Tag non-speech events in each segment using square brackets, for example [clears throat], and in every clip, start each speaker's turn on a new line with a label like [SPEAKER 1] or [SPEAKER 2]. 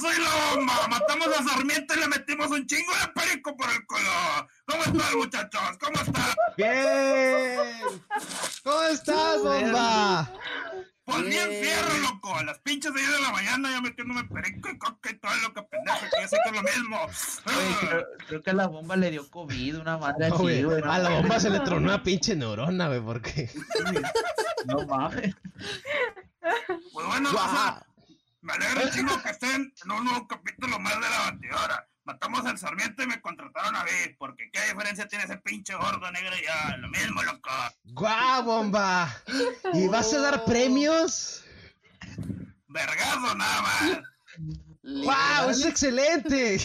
[SPEAKER 1] Toma, matamos a Sarmiento y le metimos un chingo de perico por el culo. ¿Cómo están, muchachos? ¿Cómo están?
[SPEAKER 2] Bien. ¿Cómo estás, bomba?
[SPEAKER 1] Pues bien fierro, loco. A las pinches de 10 de la mañana ya metiéndome perico y coca y todo lo que pendejo, que yo sé que es lo mismo. Ah,
[SPEAKER 3] Güey, creo, creo que a la bomba le dio COVID, una madre
[SPEAKER 2] No,
[SPEAKER 3] así,
[SPEAKER 2] güey,
[SPEAKER 3] güey.
[SPEAKER 2] a la bomba se le tronó una pinche neurona, güey, porque
[SPEAKER 3] No mames.
[SPEAKER 1] Pues bueno, raza, me alegra un chingo que estén en un nuevo capítulo más de la batidora. Matamos al Sarmiento y me contrataron a mí, porque qué diferencia tiene ese pinche gordo negro ya. Lo mismo, loco.
[SPEAKER 2] [laughs] ¡Guau, bomba! ¿Y vas a dar premios?
[SPEAKER 1] Vergazo nada más.
[SPEAKER 2] ¡Guau, es excelente!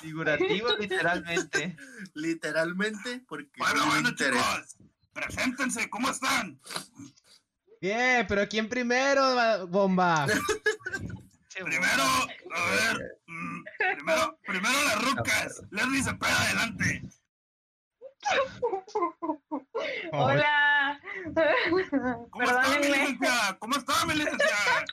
[SPEAKER 3] Figurativo, literalmente.
[SPEAKER 4] Literalmente, porque
[SPEAKER 1] Bueno,
[SPEAKER 4] no me
[SPEAKER 1] bueno,
[SPEAKER 4] interesa.
[SPEAKER 1] chicos. Preséntense, ¿cómo están?
[SPEAKER 2] Bien, pero ¿quién primero, ba-
[SPEAKER 5] [laughs]
[SPEAKER 2] bomba?
[SPEAKER 1] Primero, a ver, mm, primero, primero las rucas. Leslie se pega adelante.
[SPEAKER 5] Hola.
[SPEAKER 1] ¿Cómo está, mi
[SPEAKER 5] Perdónenme. [laughs]
[SPEAKER 1] licenciada? ¿Cómo está, mi licenciada?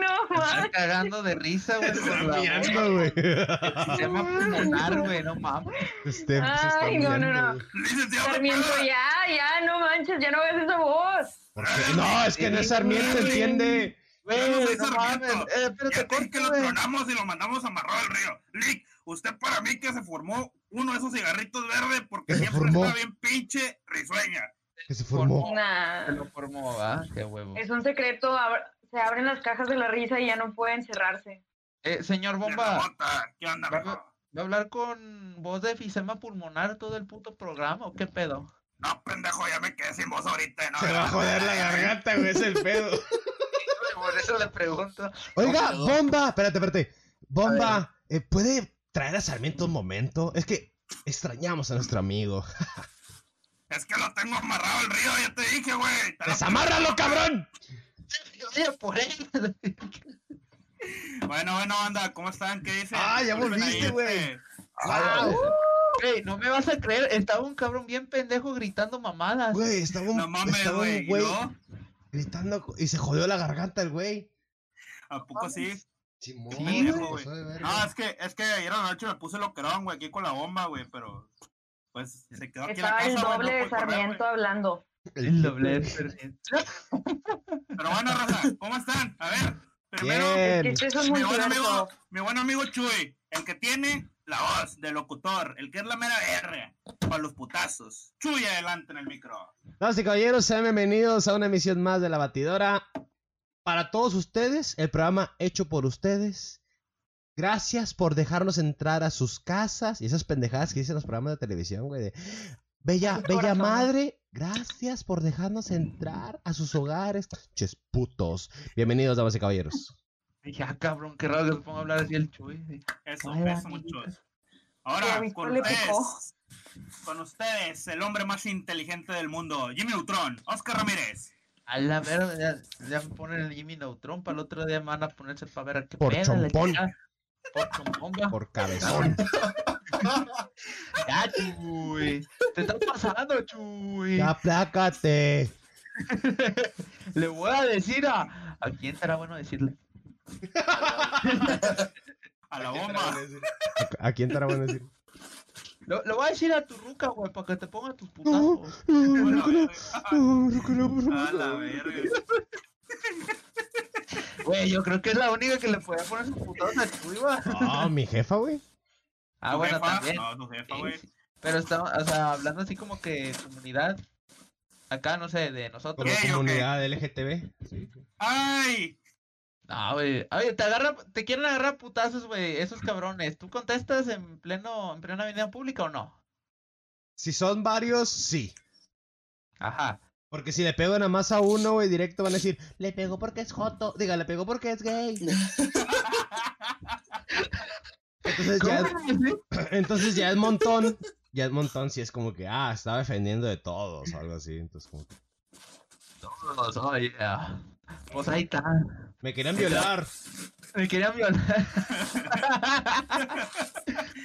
[SPEAKER 5] No,
[SPEAKER 3] Me
[SPEAKER 5] ma.
[SPEAKER 3] están cagando de risa, güey.
[SPEAKER 1] Se
[SPEAKER 3] Por la
[SPEAKER 1] está
[SPEAKER 3] bomba.
[SPEAKER 2] Ando, güey. [laughs]
[SPEAKER 3] Sistema pulmonar, güey, no mames.
[SPEAKER 2] Este, pues,
[SPEAKER 5] Ay,
[SPEAKER 2] está
[SPEAKER 5] no, no,
[SPEAKER 2] viendo,
[SPEAKER 5] no.
[SPEAKER 2] güey.
[SPEAKER 1] Licenciada,
[SPEAKER 5] Sarmiento,
[SPEAKER 1] pega.
[SPEAKER 5] pues ya, ya, no manches, ya no hagas esa voz.
[SPEAKER 2] ¿Por qué? No, es que no es Sarmiento, entiende.
[SPEAKER 1] Yo no soy
[SPEAKER 3] Güey, no mames.
[SPEAKER 1] Sarmiento.
[SPEAKER 3] Eh, pero
[SPEAKER 1] Ya
[SPEAKER 3] te
[SPEAKER 1] te dije que lo
[SPEAKER 3] corto, güey.
[SPEAKER 1] tronamos y lo mandamos amarrado al río. Lick, usted para mí que se formó uno de esos cigarritos verdes porque
[SPEAKER 2] Se
[SPEAKER 1] siempre
[SPEAKER 2] formó.
[SPEAKER 1] está bien pinche risueña.
[SPEAKER 2] Que se formó.
[SPEAKER 3] Se
[SPEAKER 5] Nah.
[SPEAKER 3] lo formó, va. Qué huevo.
[SPEAKER 5] Es un secreto. ab- Se abren las cajas de la risa y ya no pueden cerrarse.
[SPEAKER 3] Eh, señor
[SPEAKER 1] De la
[SPEAKER 3] bomba,
[SPEAKER 1] bota. ¿Qué onda,
[SPEAKER 3] Barba-
[SPEAKER 1] mijo?
[SPEAKER 3] ¿va a hablar con voz de fisema pulmonar todo el puto programa o qué pedo?
[SPEAKER 1] No, pendejo, ya me quedé sin voz ahorita. No,
[SPEAKER 2] Se va a joder la garganta, güey, es el pedo.
[SPEAKER 3] Por eso le pregunto.
[SPEAKER 2] Oiga,
[SPEAKER 3] Ojalá.
[SPEAKER 2] bomba, espérate, espérate. Bomba, eh, ¿puede traer a Sarmiento un momento? Es que extrañamos a nuestro amigo.
[SPEAKER 1] Es que lo tengo amarrado al río, ya te dije, güey. Te lo-
[SPEAKER 2] ¡Desamárralo, cabrón!
[SPEAKER 3] Oye, por él.
[SPEAKER 1] Bueno, bueno, anda, ¿cómo están? ¿Qué dicen?
[SPEAKER 2] Ah, ya
[SPEAKER 1] Disculpen ahí,
[SPEAKER 2] volviste, güey.
[SPEAKER 1] este,
[SPEAKER 2] ¡Guau!
[SPEAKER 3] Ah, uh. Güey, no me vas a creer, estaba un cabrón bien pendejo gritando mamadas.
[SPEAKER 2] Güey, estaba un,
[SPEAKER 1] No mames,
[SPEAKER 2] estaba un
[SPEAKER 1] güey. ¿y
[SPEAKER 2] güey
[SPEAKER 1] no?
[SPEAKER 2] gritando y se jodió la garganta el güey.
[SPEAKER 1] ¿A poco sí?
[SPEAKER 2] Simón,
[SPEAKER 3] Sí,
[SPEAKER 2] güey,
[SPEAKER 1] güey. Ah,
[SPEAKER 2] pasó de verga.
[SPEAKER 1] No, es que, es que ayer a la noche me puse loquerón, güey, aquí con la bomba, güey, pero pues se quedó aquí en la
[SPEAKER 5] Estaba
[SPEAKER 1] casa,
[SPEAKER 5] el
[SPEAKER 1] güey, no
[SPEAKER 5] doble de
[SPEAKER 1] pude correr, güey.
[SPEAKER 5] Sarmiento hablando.
[SPEAKER 3] El doble de Sarmiento.
[SPEAKER 1] Pero bueno, raza, ¿cómo están? A ver, primero,
[SPEAKER 5] Es que
[SPEAKER 2] Bien.
[SPEAKER 5] este es un
[SPEAKER 1] mi buen, amigo,
[SPEAKER 5] multiverso.
[SPEAKER 1] mi buen amigo Chuy, el que tiene la voz de locutor, el que es la mera R, para los putazos. Chuy, adelante en el micro.
[SPEAKER 2] Damas y caballeros, sean bienvenidos a una emisión más de La Batidora. Para todos ustedes, el programa hecho por ustedes. Gracias por dejarnos entrar a sus casas y esas pendejadas que dicen los programas de televisión, güey. de, Bella, bella
[SPEAKER 5] corazón.
[SPEAKER 2] madre, gracias por dejarnos entrar a sus hogares. Ches putos. Bienvenidos, damas y caballeros.
[SPEAKER 3] Dije, ah, cabrón, qué raro que se ponga a hablar así el chuy.
[SPEAKER 1] Eso,
[SPEAKER 3] Hola,
[SPEAKER 1] eso,
[SPEAKER 3] amiguitos.
[SPEAKER 1] muchos.
[SPEAKER 5] Ya
[SPEAKER 1] Ahora,
[SPEAKER 5] viste,
[SPEAKER 1] con
[SPEAKER 5] le picó.
[SPEAKER 1] ustedes, con ustedes, el hombre más inteligente del mundo, Jimmy Neutron, Oscar Ramírez.
[SPEAKER 3] A la verga, ya, ya me ponen el Jimmy Neutron para el otro día me van a ponerse para ver a qué
[SPEAKER 2] Por
[SPEAKER 3] pedo. la
[SPEAKER 2] chompón.
[SPEAKER 3] chingada. Por chompón, va.
[SPEAKER 2] Por cabezón.
[SPEAKER 3] Ya, chuy. Te estás pasando, chuy.
[SPEAKER 2] Ya plácate.
[SPEAKER 3] Le voy a decir a. ¿A quién será bueno decirle?
[SPEAKER 1] A la bomba.
[SPEAKER 2] ¿A quién estará bueno decir?
[SPEAKER 3] Lo, lo voy a decir a tu ruca, güey, para que te ponga tus
[SPEAKER 1] [laughs]
[SPEAKER 3] putazos.
[SPEAKER 1] Bueno, eh, a la
[SPEAKER 2] Bueno,
[SPEAKER 1] verga.
[SPEAKER 3] Güey, yo creo que es la única que le podía poner sus putazos a chuy, va.
[SPEAKER 2] Ah, mi jefa, güey.
[SPEAKER 3] Ah,
[SPEAKER 1] ¿Tu
[SPEAKER 3] bueno,
[SPEAKER 1] jefa?
[SPEAKER 3] también.
[SPEAKER 1] No, tu jefa,
[SPEAKER 3] Sí,
[SPEAKER 1] güey.
[SPEAKER 3] sí. Pero estamos, o sea, hablando así como que comunidad. Acá, no sé, de nosotros.
[SPEAKER 2] Como
[SPEAKER 1] Ok, ok.
[SPEAKER 2] comunidad LGTB.
[SPEAKER 1] ¡Ay!
[SPEAKER 3] No, Ah, güey. Oye, te agarra, te quieren agarrar a putazos, güey, esos cabrones. ¿Tú contestas en pleno, en plena avenida pública o no?
[SPEAKER 2] Si son varios, sí.
[SPEAKER 3] Ajá.
[SPEAKER 2] Porque si le pego nada más a uno, güey, directo van a decir, le pegó porque es joto. Diga, le pegó porque es gay. entonces, ya es, [clears throat] entonces ya es montón. Ya es montón si es como que, ah, estaba defendiendo de todos o algo así. Entonces, como que,
[SPEAKER 3] Todos, oye. Pues ahí está.
[SPEAKER 2] Me querían violar.
[SPEAKER 3] Me
[SPEAKER 1] [laughs]
[SPEAKER 3] querían violar.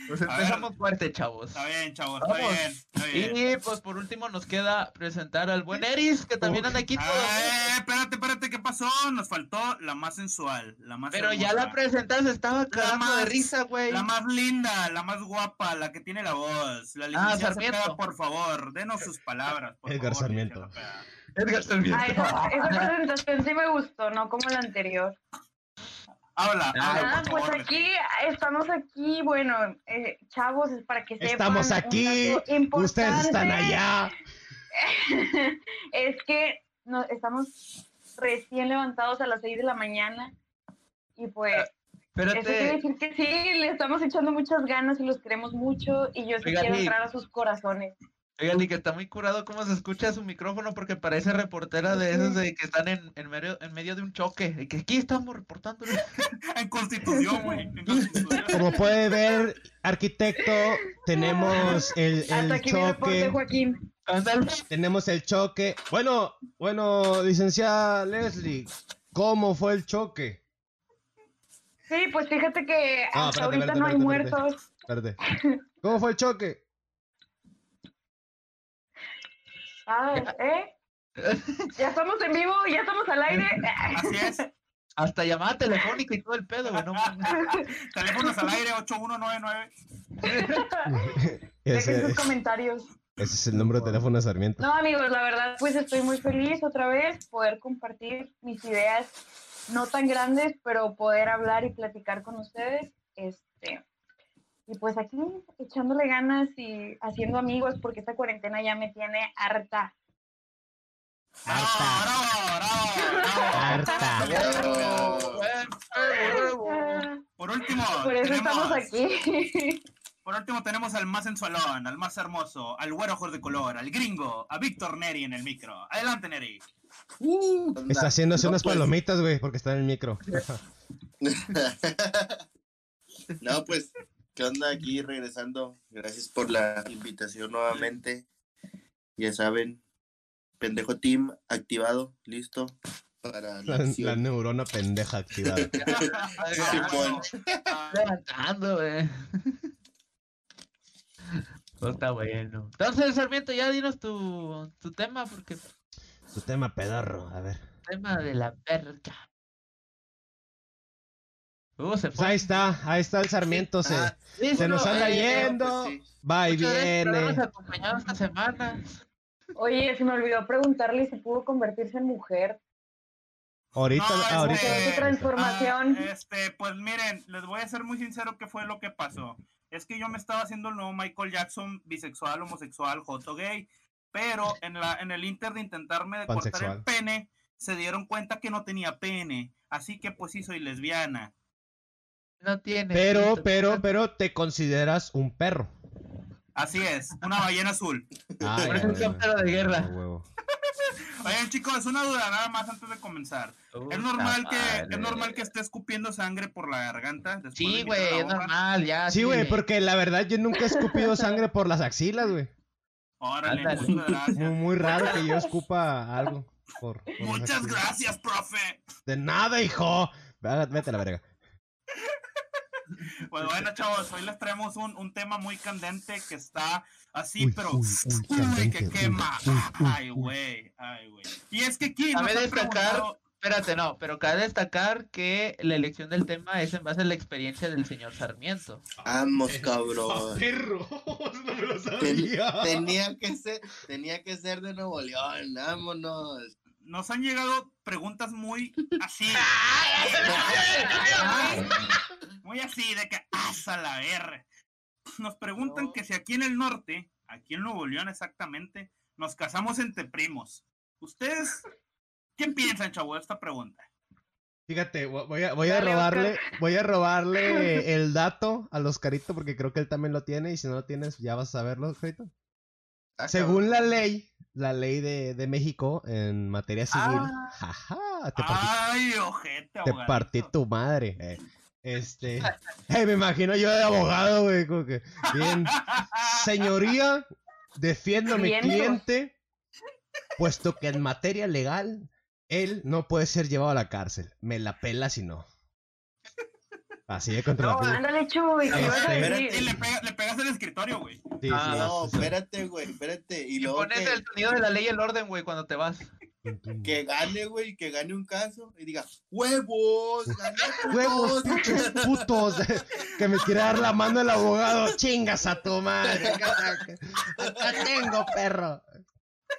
[SPEAKER 3] pues
[SPEAKER 1] A ver.
[SPEAKER 3] empezamos fuerte, chavos.
[SPEAKER 1] Está bien, chavos, está
[SPEAKER 3] Vamos.
[SPEAKER 1] bien, está bien.
[SPEAKER 3] Y pues por último nos queda presentar al buen Eris, que también anda aquí todo.
[SPEAKER 1] Ah, eh, espérate, espérate, ¿qué pasó? Nos faltó la más sensual, la más
[SPEAKER 3] Pero ya
[SPEAKER 1] hermosa,
[SPEAKER 3] la presentas, estaba cagando de
[SPEAKER 1] más-
[SPEAKER 3] risa, güey.
[SPEAKER 1] la más linda, la más guapa, la que tiene la voz. La
[SPEAKER 3] Ah,
[SPEAKER 1] licenciada
[SPEAKER 3] Sarmiento.
[SPEAKER 1] Cepeda, por favor, denos sus palabras, por
[SPEAKER 2] Edgar
[SPEAKER 1] favor,
[SPEAKER 2] Sarmiento.
[SPEAKER 1] licenciada Cepeda.
[SPEAKER 3] Edgar
[SPEAKER 5] Ah,
[SPEAKER 3] Sarmiento.
[SPEAKER 5] esa,
[SPEAKER 1] [laughs]
[SPEAKER 5] esa presentación sí me gustó, no como la anterior.
[SPEAKER 1] Habla,
[SPEAKER 3] Ah,
[SPEAKER 1] habla,
[SPEAKER 5] Ah,
[SPEAKER 1] por
[SPEAKER 5] pues
[SPEAKER 1] favor,
[SPEAKER 5] aquí, estamos aquí, bueno, eh, chavos, es para que sepan.
[SPEAKER 2] Estamos
[SPEAKER 5] un
[SPEAKER 2] aquí,
[SPEAKER 5] dato importante
[SPEAKER 2] Ustedes están allá.
[SPEAKER 5] [laughs] es que no- estamos recién levantados a las 6 de la mañana y pues
[SPEAKER 2] Ah,
[SPEAKER 5] eso quiere
[SPEAKER 3] Espérate.
[SPEAKER 5] decir que sí, le estamos echando muchas ganas y los queremos mucho y yo sí
[SPEAKER 3] Oigan,
[SPEAKER 5] quiero
[SPEAKER 3] y-
[SPEAKER 5] entrar a sus corazones.
[SPEAKER 3] Oigan, y que está muy curado cómo se escucha su micrófono, porque parece reportera de esas de que están en, en, medio, en medio de un choque. De que aquí estamos reportando.
[SPEAKER 1] Cepeda. [laughs] En constitución, güey. en Constitución.
[SPEAKER 5] [laughs]
[SPEAKER 2] Como puede ver, arquitecto,
[SPEAKER 5] [laughs]
[SPEAKER 2] tenemos el, el
[SPEAKER 5] Hasta aquí mi reporte,
[SPEAKER 2] choque.
[SPEAKER 5] Joaquín.
[SPEAKER 3] Ándale.
[SPEAKER 2] Tenemos el choque. Bueno, bueno, licenciada Leslie, ¿cómo fue el choque?
[SPEAKER 5] Sí, pues fíjate que
[SPEAKER 2] Ah,
[SPEAKER 5] hasta
[SPEAKER 2] espérate,
[SPEAKER 5] ahorita
[SPEAKER 2] espérate,
[SPEAKER 5] no hay
[SPEAKER 2] espérate, espérate.
[SPEAKER 5] muertos.
[SPEAKER 2] Espérate. ¿Cómo fue el
[SPEAKER 3] [laughs]
[SPEAKER 2] choque?
[SPEAKER 5] Ah,
[SPEAKER 2] [laughs]
[SPEAKER 5] ¿eh? Ya estamos en vivo, ya estamos al aire.
[SPEAKER 1] Así es.
[SPEAKER 3] Hasta llamada telefónica y todo el pedo, güey. No, mames.
[SPEAKER 1] Teléfonos al aire 8199.
[SPEAKER 5] Dejen
[SPEAKER 2] Ese,
[SPEAKER 5] sus
[SPEAKER 2] ese
[SPEAKER 5] comentarios.
[SPEAKER 2] es el número de teléfono de Sarmiento.
[SPEAKER 5] No, amigos, la verdad, pues estoy muy feliz otra vez poder compartir mis ideas no tan grandes, pero poder hablar y platicar con ustedes. Este, y pues aquí echándole ganas y haciendo amigos, porque esta cuarentena ya me tiene harta.
[SPEAKER 1] Bravo, bravo, bravo,
[SPEAKER 2] Harta.
[SPEAKER 1] bravo.
[SPEAKER 5] Ah,
[SPEAKER 1] Por último,
[SPEAKER 5] Por eso estamos
[SPEAKER 1] tenemos-
[SPEAKER 5] aquí. [laughs]
[SPEAKER 1] Por último tenemos al más sensualón, al más hermoso, al güero ojos de color, al gringo, a Víctor Neri en el micro. Adelante, Neri.
[SPEAKER 4] Uh,
[SPEAKER 2] Está haciéndose
[SPEAKER 4] No,
[SPEAKER 2] unas
[SPEAKER 4] pues.
[SPEAKER 2] palomitas, güey, porque está en el
[SPEAKER 3] [laughs]
[SPEAKER 2] micro.
[SPEAKER 4] no, pues, ¿qué onda aquí regresando? Gracias por la invitación nuevamente. Ya saben, pendejo team activado, listo para
[SPEAKER 2] [laughs]
[SPEAKER 4] la
[SPEAKER 2] La, la
[SPEAKER 4] acción.
[SPEAKER 2] neurona pendeja
[SPEAKER 3] [laughs]
[SPEAKER 2] activada.
[SPEAKER 4] Simón.
[SPEAKER 3] Levantando, güey. No está bueno. Entonces, Sarmiento, ya dinos tu, tu tema, porque
[SPEAKER 2] Tu tema pedorro, a ver.
[SPEAKER 3] tema de la perca. Uh, se
[SPEAKER 2] Pues ahí
[SPEAKER 3] fue.
[SPEAKER 2] está, ahí está el Sarmiento. Se,
[SPEAKER 4] Ah,
[SPEAKER 2] se nos anda
[SPEAKER 4] eh,
[SPEAKER 2] yendo,
[SPEAKER 4] pues
[SPEAKER 2] va y
[SPEAKER 3] Muchas gracias por habernos
[SPEAKER 2] viene.
[SPEAKER 3] acompañado esta semana.
[SPEAKER 5] Oye, se me olvidó preguntarle si pudo convertirse en mujer.
[SPEAKER 2] Ahorita,
[SPEAKER 1] No, este-
[SPEAKER 2] ahorita.
[SPEAKER 5] Porque su transformación.
[SPEAKER 1] Ah, este, pues miren, les voy a ser muy sincero qué fue lo que pasó. Es que yo me estaba haciendo el nuevo Michael Jackson, bisexual, homosexual, joto gay, pero en la en el inter de intentarme de cortar
[SPEAKER 2] Pansexual.
[SPEAKER 1] el pene, se dieron cuenta que no tenía pene, así que pues sí soy lesbiana.
[SPEAKER 3] No tiene.
[SPEAKER 2] Pero,
[SPEAKER 3] listo.
[SPEAKER 2] pero, pero te consideras un perro.
[SPEAKER 1] Así es, una ballena azul.
[SPEAKER 2] Ay,
[SPEAKER 3] Por eso es
[SPEAKER 2] ay,
[SPEAKER 3] un perro de guerra.
[SPEAKER 2] ay, huevo.
[SPEAKER 1] Oigan, chicos, una duda nada más antes de comenzar. Es normal
[SPEAKER 3] Puta
[SPEAKER 1] que es
[SPEAKER 3] madre.
[SPEAKER 1] normal que esté escupiendo sangre por la garganta. después de
[SPEAKER 3] Sí,
[SPEAKER 1] quitar la
[SPEAKER 3] güey, es
[SPEAKER 1] hoja?
[SPEAKER 3] normal, ya.
[SPEAKER 2] Sí, güey,
[SPEAKER 3] tiene.
[SPEAKER 2] porque la verdad yo nunca he escupido sangre por las axilas, güey.
[SPEAKER 1] Órale,
[SPEAKER 3] Ándale.
[SPEAKER 1] muchas
[SPEAKER 2] Muy,
[SPEAKER 3] [laughs]
[SPEAKER 1] gracias.
[SPEAKER 2] muy raro que yo escupa algo. Por, por las
[SPEAKER 1] Muchas
[SPEAKER 2] axilas.
[SPEAKER 1] gracias, profe.
[SPEAKER 2] De nada, hijo. Vá- Vete a la verga.
[SPEAKER 1] Pues bueno, chavos, hoy les traemos un, un tema muy candente que está así,
[SPEAKER 2] Uy,
[SPEAKER 1] pero
[SPEAKER 2] uy, uy,
[SPEAKER 1] uy,
[SPEAKER 2] candente,
[SPEAKER 1] que
[SPEAKER 2] uy,
[SPEAKER 1] quema.
[SPEAKER 2] uy, uy,
[SPEAKER 1] Ay, güey, ay, güey. Y es que aquí
[SPEAKER 3] Cabe
[SPEAKER 1] nos han
[SPEAKER 3] destacar-
[SPEAKER 1] preguntado-
[SPEAKER 3] Espérate, no, pero cabe destacar que la elección del tema es en base a la experiencia del señor Sarmiento.
[SPEAKER 1] [laughs]
[SPEAKER 4] Vamos, cabrón.
[SPEAKER 2] perro! No me lo
[SPEAKER 4] Ten- tenía, que ser, tenía que ser de Nuevo León, vámonos.
[SPEAKER 1] nos han llegado preguntas muy así.
[SPEAKER 3] ¡Eh, Ah,
[SPEAKER 1] Muy así, de que asa la R. Nos preguntan que si aquí en el norte, aquí en Nuevo León exactamente, nos casamos entre primos. ¿Ustedes qué piensan, chavo, de esta pregunta?
[SPEAKER 2] Fíjate, vo- voy a, voy a
[SPEAKER 5] Dale, Oscar.
[SPEAKER 2] robarle, voy a robarle el dato al Oscarito porque creo que él también lo tiene y si no lo tienes ya vas a saberlo, Oscarito.
[SPEAKER 4] Ah,
[SPEAKER 2] Según la ley, la ley de, de México en materia civil,
[SPEAKER 3] Ah.
[SPEAKER 2] jaja, te
[SPEAKER 1] Ah,
[SPEAKER 2] partí,
[SPEAKER 1] Ay, ojete,
[SPEAKER 2] te
[SPEAKER 1] abogadito.
[SPEAKER 2] partí tu madre. eh.
[SPEAKER 4] [laughs]
[SPEAKER 2] Este, eh, me imagino yo de abogado, güey, como que bien, señoría, defiendo a mi
[SPEAKER 5] Vientos.
[SPEAKER 2] cliente, puesto que en materia legal Él no puede ser llevado a la cárcel. Me la pela si no. Así de contra
[SPEAKER 3] No,
[SPEAKER 2] la pared.
[SPEAKER 5] Ándale, Chuy, ¿qué
[SPEAKER 2] Sí,
[SPEAKER 5] vas a
[SPEAKER 2] sí.
[SPEAKER 1] Y
[SPEAKER 5] decir?
[SPEAKER 1] le, pega- le pegas el escritorio, güey.
[SPEAKER 2] Sí, sí,
[SPEAKER 3] Ah,
[SPEAKER 4] No,
[SPEAKER 2] sí, sí.
[SPEAKER 4] espérate, güey, espérate. Y
[SPEAKER 3] Y
[SPEAKER 4] luego
[SPEAKER 3] pones el
[SPEAKER 4] que,
[SPEAKER 3] sonido de la ley y el orden, güey, cuando te vas.
[SPEAKER 4] que gane, güey, que gane un caso y diga, huevos, [laughs] gané
[SPEAKER 2] Huevos, pinches putos. Que me quiere dar la mano el abogado. Chingas a tu madre. Acá tengo, perro.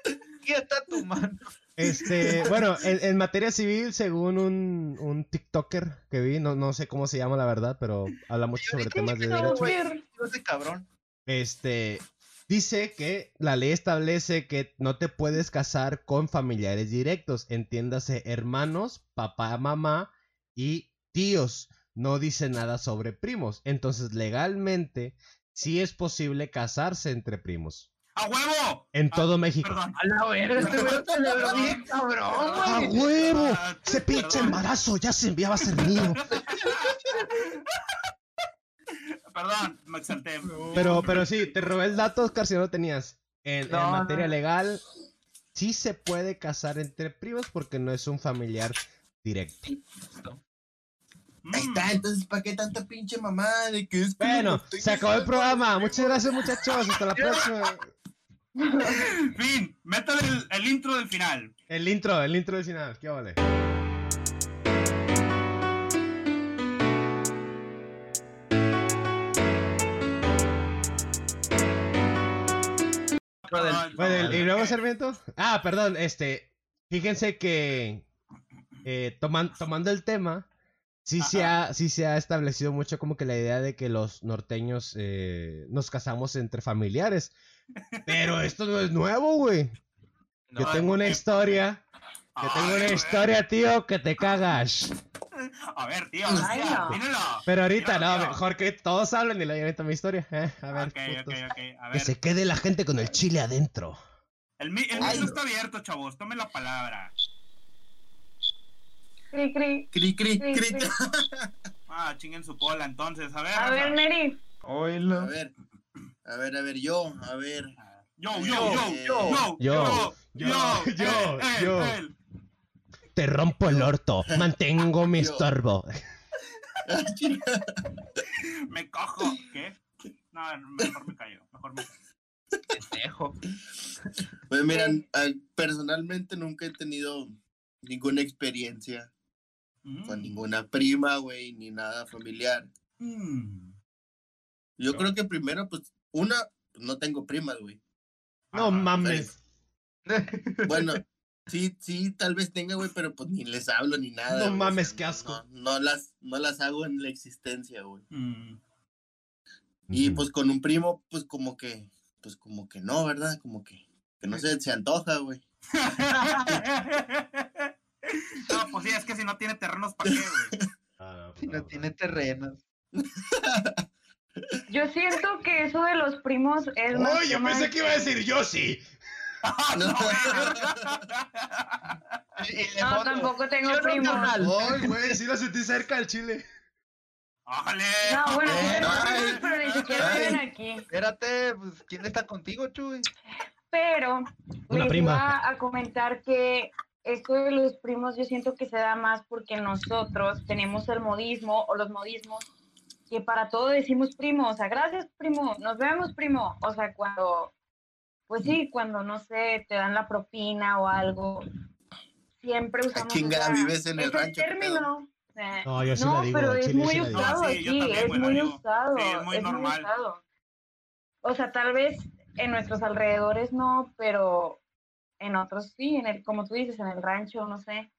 [SPEAKER 3] Aquí está [laughs] tu mano.
[SPEAKER 2] Este, bueno, en, en materia civil, según un, un TikToker que vi, no, no sé cómo se llama la verdad, pero habla mucho sobre temas de
[SPEAKER 3] No,
[SPEAKER 2] derecho.
[SPEAKER 3] güey, yo ese cabrón.
[SPEAKER 2] Este dice que la ley establece que no te puedes casar con familiares directos, entiéndase hermanos, papá, mamá y tíos. No dice nada sobre primos. Entonces, legalmente sí es posible casarse entre primos
[SPEAKER 1] ¡A huevo!
[SPEAKER 2] en todo México.
[SPEAKER 1] Perdón.
[SPEAKER 3] A la verga, este güey celebró bien,
[SPEAKER 2] ¡A
[SPEAKER 3] cabrón, güey.
[SPEAKER 2] huevo!
[SPEAKER 1] Ah,
[SPEAKER 2] Ese pinche
[SPEAKER 1] perdón.
[SPEAKER 2] embarazo ya se enviaba a ser mío.
[SPEAKER 1] Perdón, me exalté.
[SPEAKER 2] Pero, pero sí, te robé el dato, Oscar, si no lo tenías. En, en
[SPEAKER 3] No,
[SPEAKER 2] materia
[SPEAKER 3] no.
[SPEAKER 2] legal, sí se puede casar entre primos porque no es un familiar directo.
[SPEAKER 1] Mm,
[SPEAKER 4] Ahí está, entonces, ¿para qué tanta pinche mamá de que es que
[SPEAKER 2] Bueno,
[SPEAKER 4] no estoy
[SPEAKER 2] se acabó el
[SPEAKER 4] diciendo?
[SPEAKER 2] programa. Muchas gracias, muchachos. Hasta la próxima.
[SPEAKER 1] Fin, métale el, el intro del final.
[SPEAKER 2] El intro, el intro del final. ¿Qué vale?
[SPEAKER 1] Perdón.
[SPEAKER 2] Bueno, el- y
[SPEAKER 1] Ok.
[SPEAKER 2] luego, Sarmiento. Ah, perdón, este. Fíjense que. eh, toman- tomando el tema, sí se, ha, sí se ha establecido mucho como que la idea de que los norteños eh, nos casamos entre familiares. Pero esto no es nuevo, güey. Yo
[SPEAKER 1] No,
[SPEAKER 2] tengo una
[SPEAKER 1] porque-
[SPEAKER 2] historia. Yo tengo
[SPEAKER 1] Ay,
[SPEAKER 2] una
[SPEAKER 1] güey.
[SPEAKER 2] historia, tío, que te cagas.
[SPEAKER 1] A ver, tío,
[SPEAKER 5] Ay,
[SPEAKER 1] hostia,
[SPEAKER 5] no.
[SPEAKER 1] dímelo.
[SPEAKER 2] Pero ahorita
[SPEAKER 1] Dímelo,
[SPEAKER 2] no,
[SPEAKER 1] tío.
[SPEAKER 2] mejor que todos hablen y le digan ahorita mi historia. [laughs] eh. A ver,
[SPEAKER 1] Ok, ok,
[SPEAKER 2] putos.
[SPEAKER 1] ok. A
[SPEAKER 2] que
[SPEAKER 1] ver,
[SPEAKER 2] se quede la gente con el chile adentro.
[SPEAKER 1] el, mi- el
[SPEAKER 4] Ay,
[SPEAKER 1] micro
[SPEAKER 4] no.
[SPEAKER 1] está abierto, chavos. Tomen la palabra.
[SPEAKER 5] Cri, cri.
[SPEAKER 4] Cri, cri,
[SPEAKER 5] cri,
[SPEAKER 4] cri.
[SPEAKER 5] cri.
[SPEAKER 1] Ah, chinguen su cola, entonces. A ver,
[SPEAKER 5] A
[SPEAKER 1] Rafa.
[SPEAKER 5] ver, Neri.
[SPEAKER 4] A
[SPEAKER 3] Oílo.
[SPEAKER 4] ver, a ver, a ver, yo, a ver. [laughs]
[SPEAKER 1] Ah, Yo, yo, yo, yo, yo, eh,
[SPEAKER 2] Yo, yo, yo, yo. Te rompo el orto, mantengo mi
[SPEAKER 4] Yo.
[SPEAKER 2] estorbo.
[SPEAKER 1] él. eh, Me cojo. ¿Qué? No, mejor me callo. Mejor me callo.
[SPEAKER 3] Pendejo.
[SPEAKER 4] Pues miran, personalmente nunca he tenido ninguna experiencia
[SPEAKER 1] Mm.
[SPEAKER 4] con ninguna prima, güey, ni nada familiar.
[SPEAKER 1] Mm.
[SPEAKER 4] Yo creo que primero, pues, una, pues, no tengo primas, güey.
[SPEAKER 2] No
[SPEAKER 1] Ah,
[SPEAKER 2] mames.
[SPEAKER 4] Bueno, sí, sí, tal vez tenga, güey, pero pues ni les hablo ni nada.
[SPEAKER 2] No
[SPEAKER 4] güey,
[SPEAKER 2] mames,
[SPEAKER 4] no-
[SPEAKER 2] qué asco.
[SPEAKER 4] No, no las, no las hago en la existencia, güey.
[SPEAKER 1] Mm. [laughs]
[SPEAKER 4] Y pues con un primo, pues como que, pues como que no, ¿verdad? Como que, que no sé, se antoja, güey.
[SPEAKER 1] No, pues sí, es que si no tiene terrenos, ¿para qué, güey?
[SPEAKER 2] Ah,
[SPEAKER 3] Si no
[SPEAKER 2] no,
[SPEAKER 3] tiene terrenos.
[SPEAKER 5] Yo siento que eso de los primos es más.
[SPEAKER 2] Uy, yo
[SPEAKER 5] tema
[SPEAKER 2] pensé
[SPEAKER 5] de-
[SPEAKER 2] que iba a decir yo sí.
[SPEAKER 1] Ah,
[SPEAKER 4] Ah, [laughs] No.
[SPEAKER 3] Y- y de
[SPEAKER 5] No,
[SPEAKER 3] Eh, fondo,
[SPEAKER 5] tampoco
[SPEAKER 3] Yo
[SPEAKER 5] tengo
[SPEAKER 3] no,
[SPEAKER 5] primos.
[SPEAKER 3] carnal.
[SPEAKER 2] Ay, güey, sí la sentí cerca del chile.
[SPEAKER 1] ¡Órale! Ah,
[SPEAKER 5] No, bueno, sí
[SPEAKER 4] Eh,
[SPEAKER 5] tengo
[SPEAKER 4] ay,
[SPEAKER 5] primos, pero ni siquiera
[SPEAKER 4] ay.
[SPEAKER 5] viven aquí.
[SPEAKER 3] Espérate, pues, ¿quién está contigo, Chuy?
[SPEAKER 5] pero
[SPEAKER 2] Una
[SPEAKER 5] les
[SPEAKER 2] prima.
[SPEAKER 5] iba a comentar que esto de los primos yo siento que se da más porque nosotros tenemos el modismo o los modismos que para todo decimos primo, o sea, gracias primo, nos vemos primo, o sea, cuando, pues sí, cuando no sé, te dan la propina o algo, siempre usamos
[SPEAKER 4] Ah, chinga,
[SPEAKER 5] esa-
[SPEAKER 4] vives en el
[SPEAKER 5] ese
[SPEAKER 4] rancho, ¿qué
[SPEAKER 5] término. Eh,
[SPEAKER 2] No, yo sí la digo,
[SPEAKER 5] pero
[SPEAKER 2] al
[SPEAKER 5] es
[SPEAKER 2] chile yo
[SPEAKER 5] muy
[SPEAKER 2] sí la digo.
[SPEAKER 1] No,
[SPEAKER 5] usado
[SPEAKER 1] sí, yo
[SPEAKER 5] aquí,
[SPEAKER 1] también,
[SPEAKER 5] es
[SPEAKER 1] güey, la
[SPEAKER 5] muy
[SPEAKER 1] digo.
[SPEAKER 5] usado,
[SPEAKER 1] Sí, es
[SPEAKER 5] es
[SPEAKER 1] muy
[SPEAKER 5] muy
[SPEAKER 1] normal.
[SPEAKER 5] usado. O sea, tal vez en nuestros alrededores no, pero en otros sí, en el, como tú dices, en el rancho, no sé.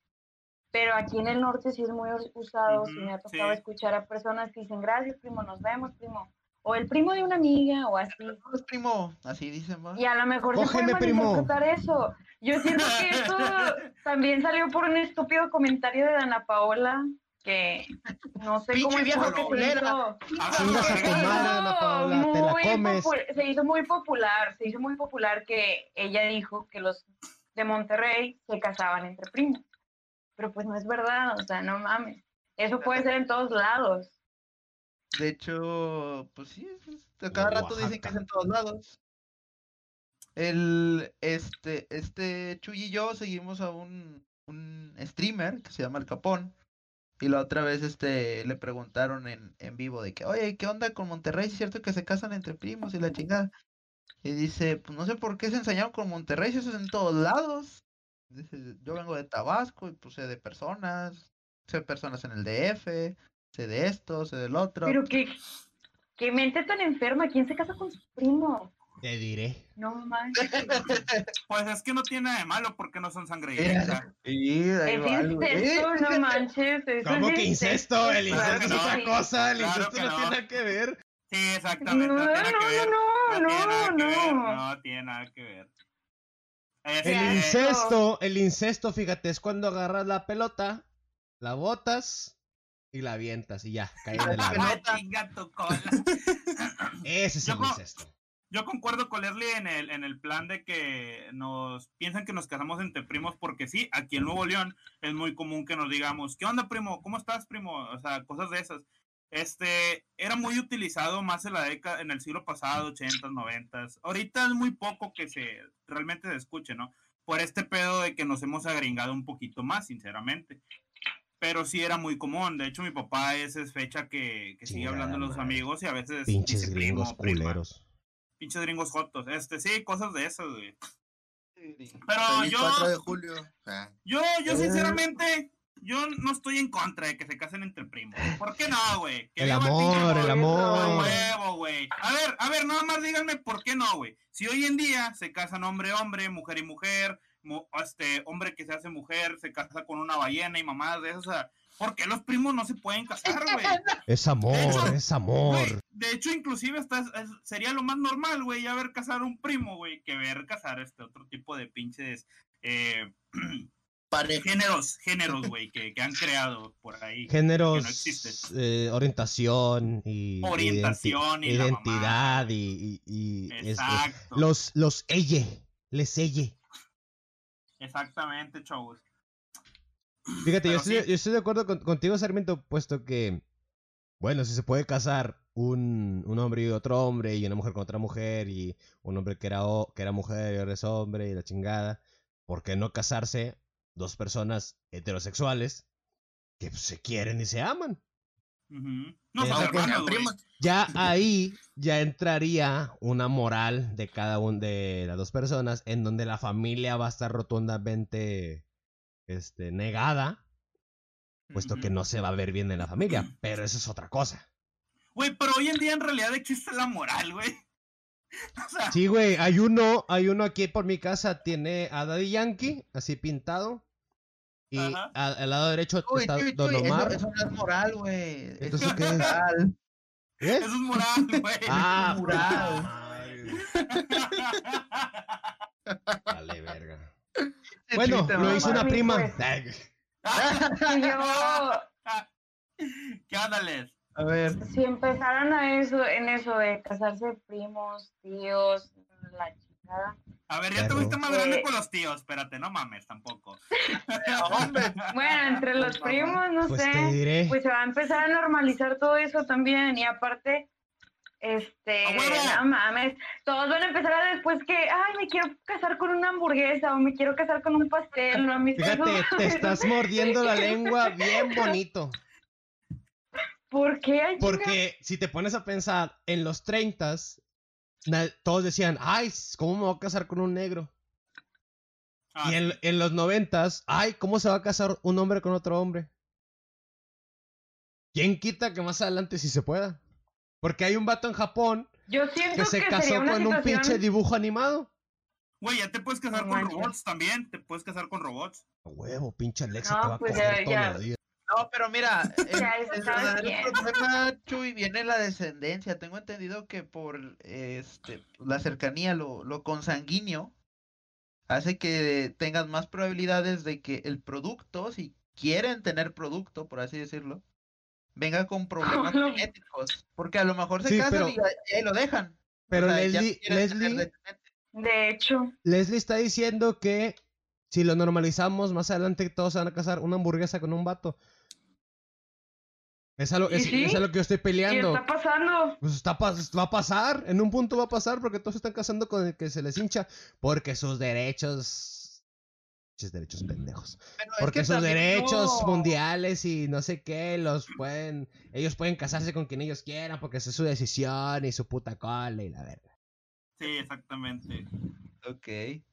[SPEAKER 5] Pero aquí en el norte sí es muy us- usado, sí me ha
[SPEAKER 1] Ujú,
[SPEAKER 5] tocado
[SPEAKER 1] sí.
[SPEAKER 5] escuchar a personas que dicen, gracias primo, nos vemos primo. O el primo de una amiga o así.
[SPEAKER 3] Vamos, "Pues, primo. Así dicen, ¿va?
[SPEAKER 5] Y a lo mejor
[SPEAKER 2] Cógeme,
[SPEAKER 5] se puede
[SPEAKER 2] primo.
[SPEAKER 5] malinterpretar eso. Yo siento que
[SPEAKER 2] [laughs]
[SPEAKER 5] eso también salió por un estúpido comentario de Ana Paola, que no sé cómo
[SPEAKER 3] Pinche
[SPEAKER 5] el
[SPEAKER 3] vieja
[SPEAKER 5] viejo que se
[SPEAKER 3] culera.
[SPEAKER 5] hizo.
[SPEAKER 1] ah,
[SPEAKER 2] Chingas a tu madre, Ana Paola, te la
[SPEAKER 5] muy
[SPEAKER 2] comes.
[SPEAKER 5] popu- se hizo muy popular, se hizo muy popular que ella dijo que los de Monterrey se casaban entre primos. Pero pues no es verdad, o sea, no mames. Eso puede ser en todos lados.
[SPEAKER 3] De hecho, pues sí, pues, a cada rato dicen que es
[SPEAKER 2] Oaxaca.
[SPEAKER 3] en todos lados. El, este, este Chuy y yo seguimos a un, un streamer que se llama El Capón. Y la otra vez este, le preguntaron en, en vivo de que, oye, ¿qué onda con Monterrey? ¿Es cierto que se casan entre primos y la chingada? Y dice, pues no sé por qué se enseñaron con Monterrey, si eso es en todos lados. Dice, yo vengo de Tabasco y pues sé de personas, sé de personas en el DF, sé de esto, sé del otro.
[SPEAKER 5] Pero qué, qué mente tan enferma. ¿Quién se casa con sus primos?
[SPEAKER 2] Te diré.
[SPEAKER 5] No manches.
[SPEAKER 1] Pues es que no tiene nada de malo porque no son sangre directa.
[SPEAKER 3] Sí, ahí
[SPEAKER 5] Es
[SPEAKER 3] va algo, ¿eh?
[SPEAKER 5] incesto, no manches. eso
[SPEAKER 2] ¿Cómo
[SPEAKER 5] es
[SPEAKER 2] que incesto? El
[SPEAKER 1] Claro
[SPEAKER 2] incesto
[SPEAKER 1] que
[SPEAKER 2] es
[SPEAKER 1] no.
[SPEAKER 2] otra cosa, el
[SPEAKER 1] Claro
[SPEAKER 2] incesto
[SPEAKER 1] que
[SPEAKER 2] no,
[SPEAKER 1] no.
[SPEAKER 2] tiene nada que ver.
[SPEAKER 1] Sí,
[SPEAKER 5] No,
[SPEAKER 1] exactamente.
[SPEAKER 5] no,
[SPEAKER 1] No,
[SPEAKER 5] no,
[SPEAKER 1] tiene que ver.
[SPEAKER 5] no,
[SPEAKER 1] tiene nada
[SPEAKER 5] no,
[SPEAKER 1] que ver,
[SPEAKER 5] [laughs] no.
[SPEAKER 1] no tiene nada que ver. Eh, sí,
[SPEAKER 5] Claro.
[SPEAKER 2] El
[SPEAKER 1] eh,
[SPEAKER 2] incesto, el incesto, fíjate, es cuando agarras la pelota, la botas y la avientas y ya, cae en el
[SPEAKER 1] ah,
[SPEAKER 2] agua.
[SPEAKER 1] no, chinga tu cola.
[SPEAKER 2] Ese es el
[SPEAKER 1] Yo no-
[SPEAKER 2] incesto.
[SPEAKER 1] Yo concuerdo con Leslie en el, en el plan de que nos piensan que nos casamos entre primos porque sí, aquí en Nuevo León es muy común que nos digamos, ¿qué onda primo? ¿Cómo estás primo? O sea, cosas de esas. Este, era muy utilizado más en la década, en el siglo pasado, 80, 90. Ahorita es muy poco que se realmente se escuche, ¿no? Por este pedo de que nos hemos agringado un poquito más, sinceramente. Pero sí era muy común. De hecho, mi papá es, es fecha que, que sigue
[SPEAKER 2] Chingada
[SPEAKER 1] hablando a los
[SPEAKER 2] madre.
[SPEAKER 1] amigos y a veces
[SPEAKER 2] Pinches
[SPEAKER 1] dice
[SPEAKER 2] gringos
[SPEAKER 1] primo, prima
[SPEAKER 2] culeros.
[SPEAKER 1] pinches gringos jotos. Este, sí, cosas de esas, güey. Pero
[SPEAKER 4] Feliz
[SPEAKER 1] yo,
[SPEAKER 4] 4 de julio. Ah,
[SPEAKER 1] yo,
[SPEAKER 2] Eh.
[SPEAKER 1] yo sinceramente, yo no estoy en contra de que se casen entre primos. ¿Por qué no, güey? Que
[SPEAKER 2] El
[SPEAKER 1] viva
[SPEAKER 2] amor,
[SPEAKER 1] pinche
[SPEAKER 2] el
[SPEAKER 1] A
[SPEAKER 2] amor.
[SPEAKER 1] huevo, güey. A ver, a ver, nada más díganme por qué no, güey. Si hoy en día se casan hombre, hombre, mujer y mujer, mu- este, hombre que se hace mujer, se casa con una ballena y mamadas de esas, o sea, ¿por qué los primos no se pueden casar, güey?
[SPEAKER 2] Es amor, es amor.
[SPEAKER 1] Güey, de hecho, inclusive hasta es- es- sería lo más normal, güey, ya ver casar un primo, güey, que ver casar este otro tipo de pinches eh, [clears throat]
[SPEAKER 4] Pareja.
[SPEAKER 1] géneros, géneros, güey, que, que han creado por ahí.
[SPEAKER 2] géneros,
[SPEAKER 1] no existe.
[SPEAKER 2] eh, orientación y
[SPEAKER 1] Orientación
[SPEAKER 2] identi-
[SPEAKER 1] y la
[SPEAKER 2] identidad
[SPEAKER 1] mamada.
[SPEAKER 2] y, y- y, este,
[SPEAKER 1] Exacto.
[SPEAKER 2] los los elle, les elle.
[SPEAKER 1] Exactamente, chavos.
[SPEAKER 2] Fíjate,
[SPEAKER 1] Pero
[SPEAKER 2] yo estoy,
[SPEAKER 1] sí.
[SPEAKER 2] yo estoy de acuerdo con- contigo, Sarmiento, puesto que, bueno, si se puede casar un, un hombre y otro hombre, y una mujer con otra mujer, y un hombre que era, o- que era mujer y ahora es hombre, y la chingada, ¿por qué no casarse dos personas heterosexuales que pues, se quieren y se aman?
[SPEAKER 1] Ujú. No
[SPEAKER 2] Eh,
[SPEAKER 1] son
[SPEAKER 2] aunque
[SPEAKER 1] hermanos,
[SPEAKER 4] sean
[SPEAKER 1] güey.
[SPEAKER 4] primos.
[SPEAKER 2] Ya ahí ya entraría una moral de cada una de las dos personas en donde la familia va a estar rotundamente este, negada, puesto que
[SPEAKER 1] Ujú. Mm.
[SPEAKER 2] no se va a ver bien en la familia, pero eso es otra cosa.
[SPEAKER 1] Güey, pero hoy en día en realidad existe la moral, güey. [laughs] O sea,
[SPEAKER 2] Sí, güey, hay uno, hay uno aquí por mi casa, tiene a Daddy Yankee, así pintado, y
[SPEAKER 1] Ajá.
[SPEAKER 2] a- al lado derecho
[SPEAKER 3] Uy,
[SPEAKER 2] está
[SPEAKER 3] uy, uy,
[SPEAKER 2] Don
[SPEAKER 3] eso-
[SPEAKER 2] Omar.
[SPEAKER 3] Eso, no es moral, güey. Eso
[SPEAKER 2] Entonces,
[SPEAKER 3] no
[SPEAKER 2] ¿qué es?
[SPEAKER 3] moral.
[SPEAKER 2] ¿Eh?
[SPEAKER 1] eso es
[SPEAKER 2] [laughs]
[SPEAKER 1] moral, güey.
[SPEAKER 2] Ah,
[SPEAKER 3] Jurado.
[SPEAKER 1] [laughs]
[SPEAKER 2] Dale, verga.
[SPEAKER 3] este
[SPEAKER 2] Bueno,
[SPEAKER 3] Chiste,
[SPEAKER 2] lo
[SPEAKER 3] mamá.
[SPEAKER 2] hizo una
[SPEAKER 5] Mami,
[SPEAKER 2] prima.
[SPEAKER 5] pues.
[SPEAKER 2] Ay,
[SPEAKER 5] Si yo-
[SPEAKER 1] ¿Qué ándales?
[SPEAKER 3] A ver,
[SPEAKER 5] si empezaran a eso, en eso de casarse primos, tíos, la chingada.
[SPEAKER 1] A ver, ya te
[SPEAKER 2] Perro.
[SPEAKER 1] fuiste más grande
[SPEAKER 5] Eh.
[SPEAKER 1] con los tíos, espérate, no mames tampoco. [laughs]
[SPEAKER 3] hombre.
[SPEAKER 5] Bueno, entre los primos, no
[SPEAKER 2] Pues
[SPEAKER 5] sé.
[SPEAKER 2] te diré.
[SPEAKER 5] Pues se va a empezar a normalizar todo eso también. Y aparte, este,
[SPEAKER 1] ¡A huevo!
[SPEAKER 5] no mames, todos van a empezar a después que, ay, me quiero casar con una hamburguesa o me quiero casar con un pastel. pues, No, pues, mis
[SPEAKER 2] Fíjate,
[SPEAKER 5] [laughs]
[SPEAKER 2] te estás mordiendo la lengua bien bonito.
[SPEAKER 5] pues, ¿Por qué? Ay, chinga,
[SPEAKER 2] Porque si te pones a pensar, en los 30 todos decían, ay, ¿cómo me voy a casar con un negro?
[SPEAKER 1] Ah,
[SPEAKER 2] y en, en los 90 ay, ¿cómo se va a casar un hombre con otro hombre? ¿Quién quita que más adelante si se pueda? Porque hay un vato en Japón
[SPEAKER 5] Yo siento
[SPEAKER 2] que
[SPEAKER 5] que,
[SPEAKER 2] se
[SPEAKER 5] sería
[SPEAKER 2] casó
[SPEAKER 5] una
[SPEAKER 2] con un
[SPEAKER 5] situación-
[SPEAKER 2] pinche dibujo animado.
[SPEAKER 1] Güey, ya te puedes casar
[SPEAKER 5] No
[SPEAKER 1] con
[SPEAKER 5] manches.
[SPEAKER 1] robots también, te puedes casar con robots.
[SPEAKER 2] A Huevo, pinche Alexa,
[SPEAKER 5] No,
[SPEAKER 2] te va a
[SPEAKER 5] pues
[SPEAKER 2] coger
[SPEAKER 5] ya-
[SPEAKER 2] todos
[SPEAKER 5] ya.
[SPEAKER 2] los días.
[SPEAKER 3] No, pero mira,
[SPEAKER 5] [laughs]
[SPEAKER 3] el,
[SPEAKER 5] Ya, eso
[SPEAKER 3] el
[SPEAKER 5] sabes
[SPEAKER 3] verdadero
[SPEAKER 5] quién.
[SPEAKER 3] problema, Chuy, viene la descendencia. Tengo entendido que por este la cercanía, lo, lo consanguíneo, hace que tengas más probabilidades de que el producto, si quieren tener producto, por así decirlo, venga
[SPEAKER 5] [laughs]
[SPEAKER 3] con problemas
[SPEAKER 5] no.
[SPEAKER 3] genéticos. Porque a lo mejor se
[SPEAKER 2] Sí,
[SPEAKER 3] casan
[SPEAKER 2] pero-
[SPEAKER 3] y ahí- ahí lo dejan. O
[SPEAKER 2] Pero
[SPEAKER 3] sea, ya no
[SPEAKER 2] Leslie,
[SPEAKER 3] quieren tener
[SPEAKER 2] Leslie,
[SPEAKER 3] descendencia.
[SPEAKER 5] De hecho,
[SPEAKER 2] Leslie está diciendo que si lo normalizamos más adelante todos se van a casar una hamburguesa con un vato. Es algo,
[SPEAKER 5] ¿Y
[SPEAKER 2] es,
[SPEAKER 5] sí?
[SPEAKER 2] es algo que yo estoy
[SPEAKER 5] ¿qué
[SPEAKER 2] peleando.
[SPEAKER 5] está pasando?
[SPEAKER 2] Pues está pas- va a pasar, en un punto va a pasar porque todos se están casando con el que se les hincha porque sus derechos Pinches derechos pendejos.
[SPEAKER 3] Pero es
[SPEAKER 2] Porque
[SPEAKER 3] que
[SPEAKER 2] sus
[SPEAKER 3] también
[SPEAKER 2] derechos
[SPEAKER 3] no-
[SPEAKER 2] mundiales y no sé qué, los pueden. Ellos pueden casarse con quien ellos quieran porque esa es su decisión y su puta cola y la verga.
[SPEAKER 1] Sí, exactamente.
[SPEAKER 3] Ok.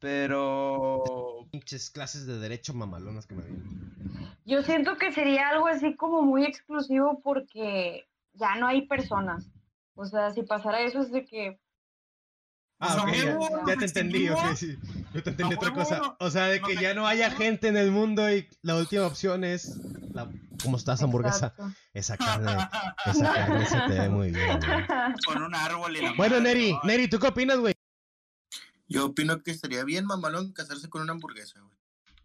[SPEAKER 3] Pero.
[SPEAKER 2] Pinches clases de derecho mamalonas que me vienen.
[SPEAKER 5] Yo siento que sería algo así como muy exclusivo porque ya no hay personas. O sea, si pasara eso es de que
[SPEAKER 1] Ah,
[SPEAKER 5] ok, ya-
[SPEAKER 1] ya te entendí, ok,
[SPEAKER 2] sí. Yo te
[SPEAKER 1] entendí otra cosa.
[SPEAKER 2] O sea, de
[SPEAKER 1] que ya
[SPEAKER 2] no haya gente en el mundo y la última opción es. La... ¿Cómo estás, hamburguesa?
[SPEAKER 5] Exacto.
[SPEAKER 2] Esa carne, esa carne se te ve muy bien. güey.
[SPEAKER 5] [laughs]
[SPEAKER 2] [laughs]
[SPEAKER 1] Con un árbol y la
[SPEAKER 2] Bueno,
[SPEAKER 1] madre,
[SPEAKER 2] Neri,
[SPEAKER 1] ¿no?
[SPEAKER 2] Neri, ¿tú qué opinas, güey?
[SPEAKER 4] Yo opino que estaría bien, mamalón, casarse con una hamburguesa, güey.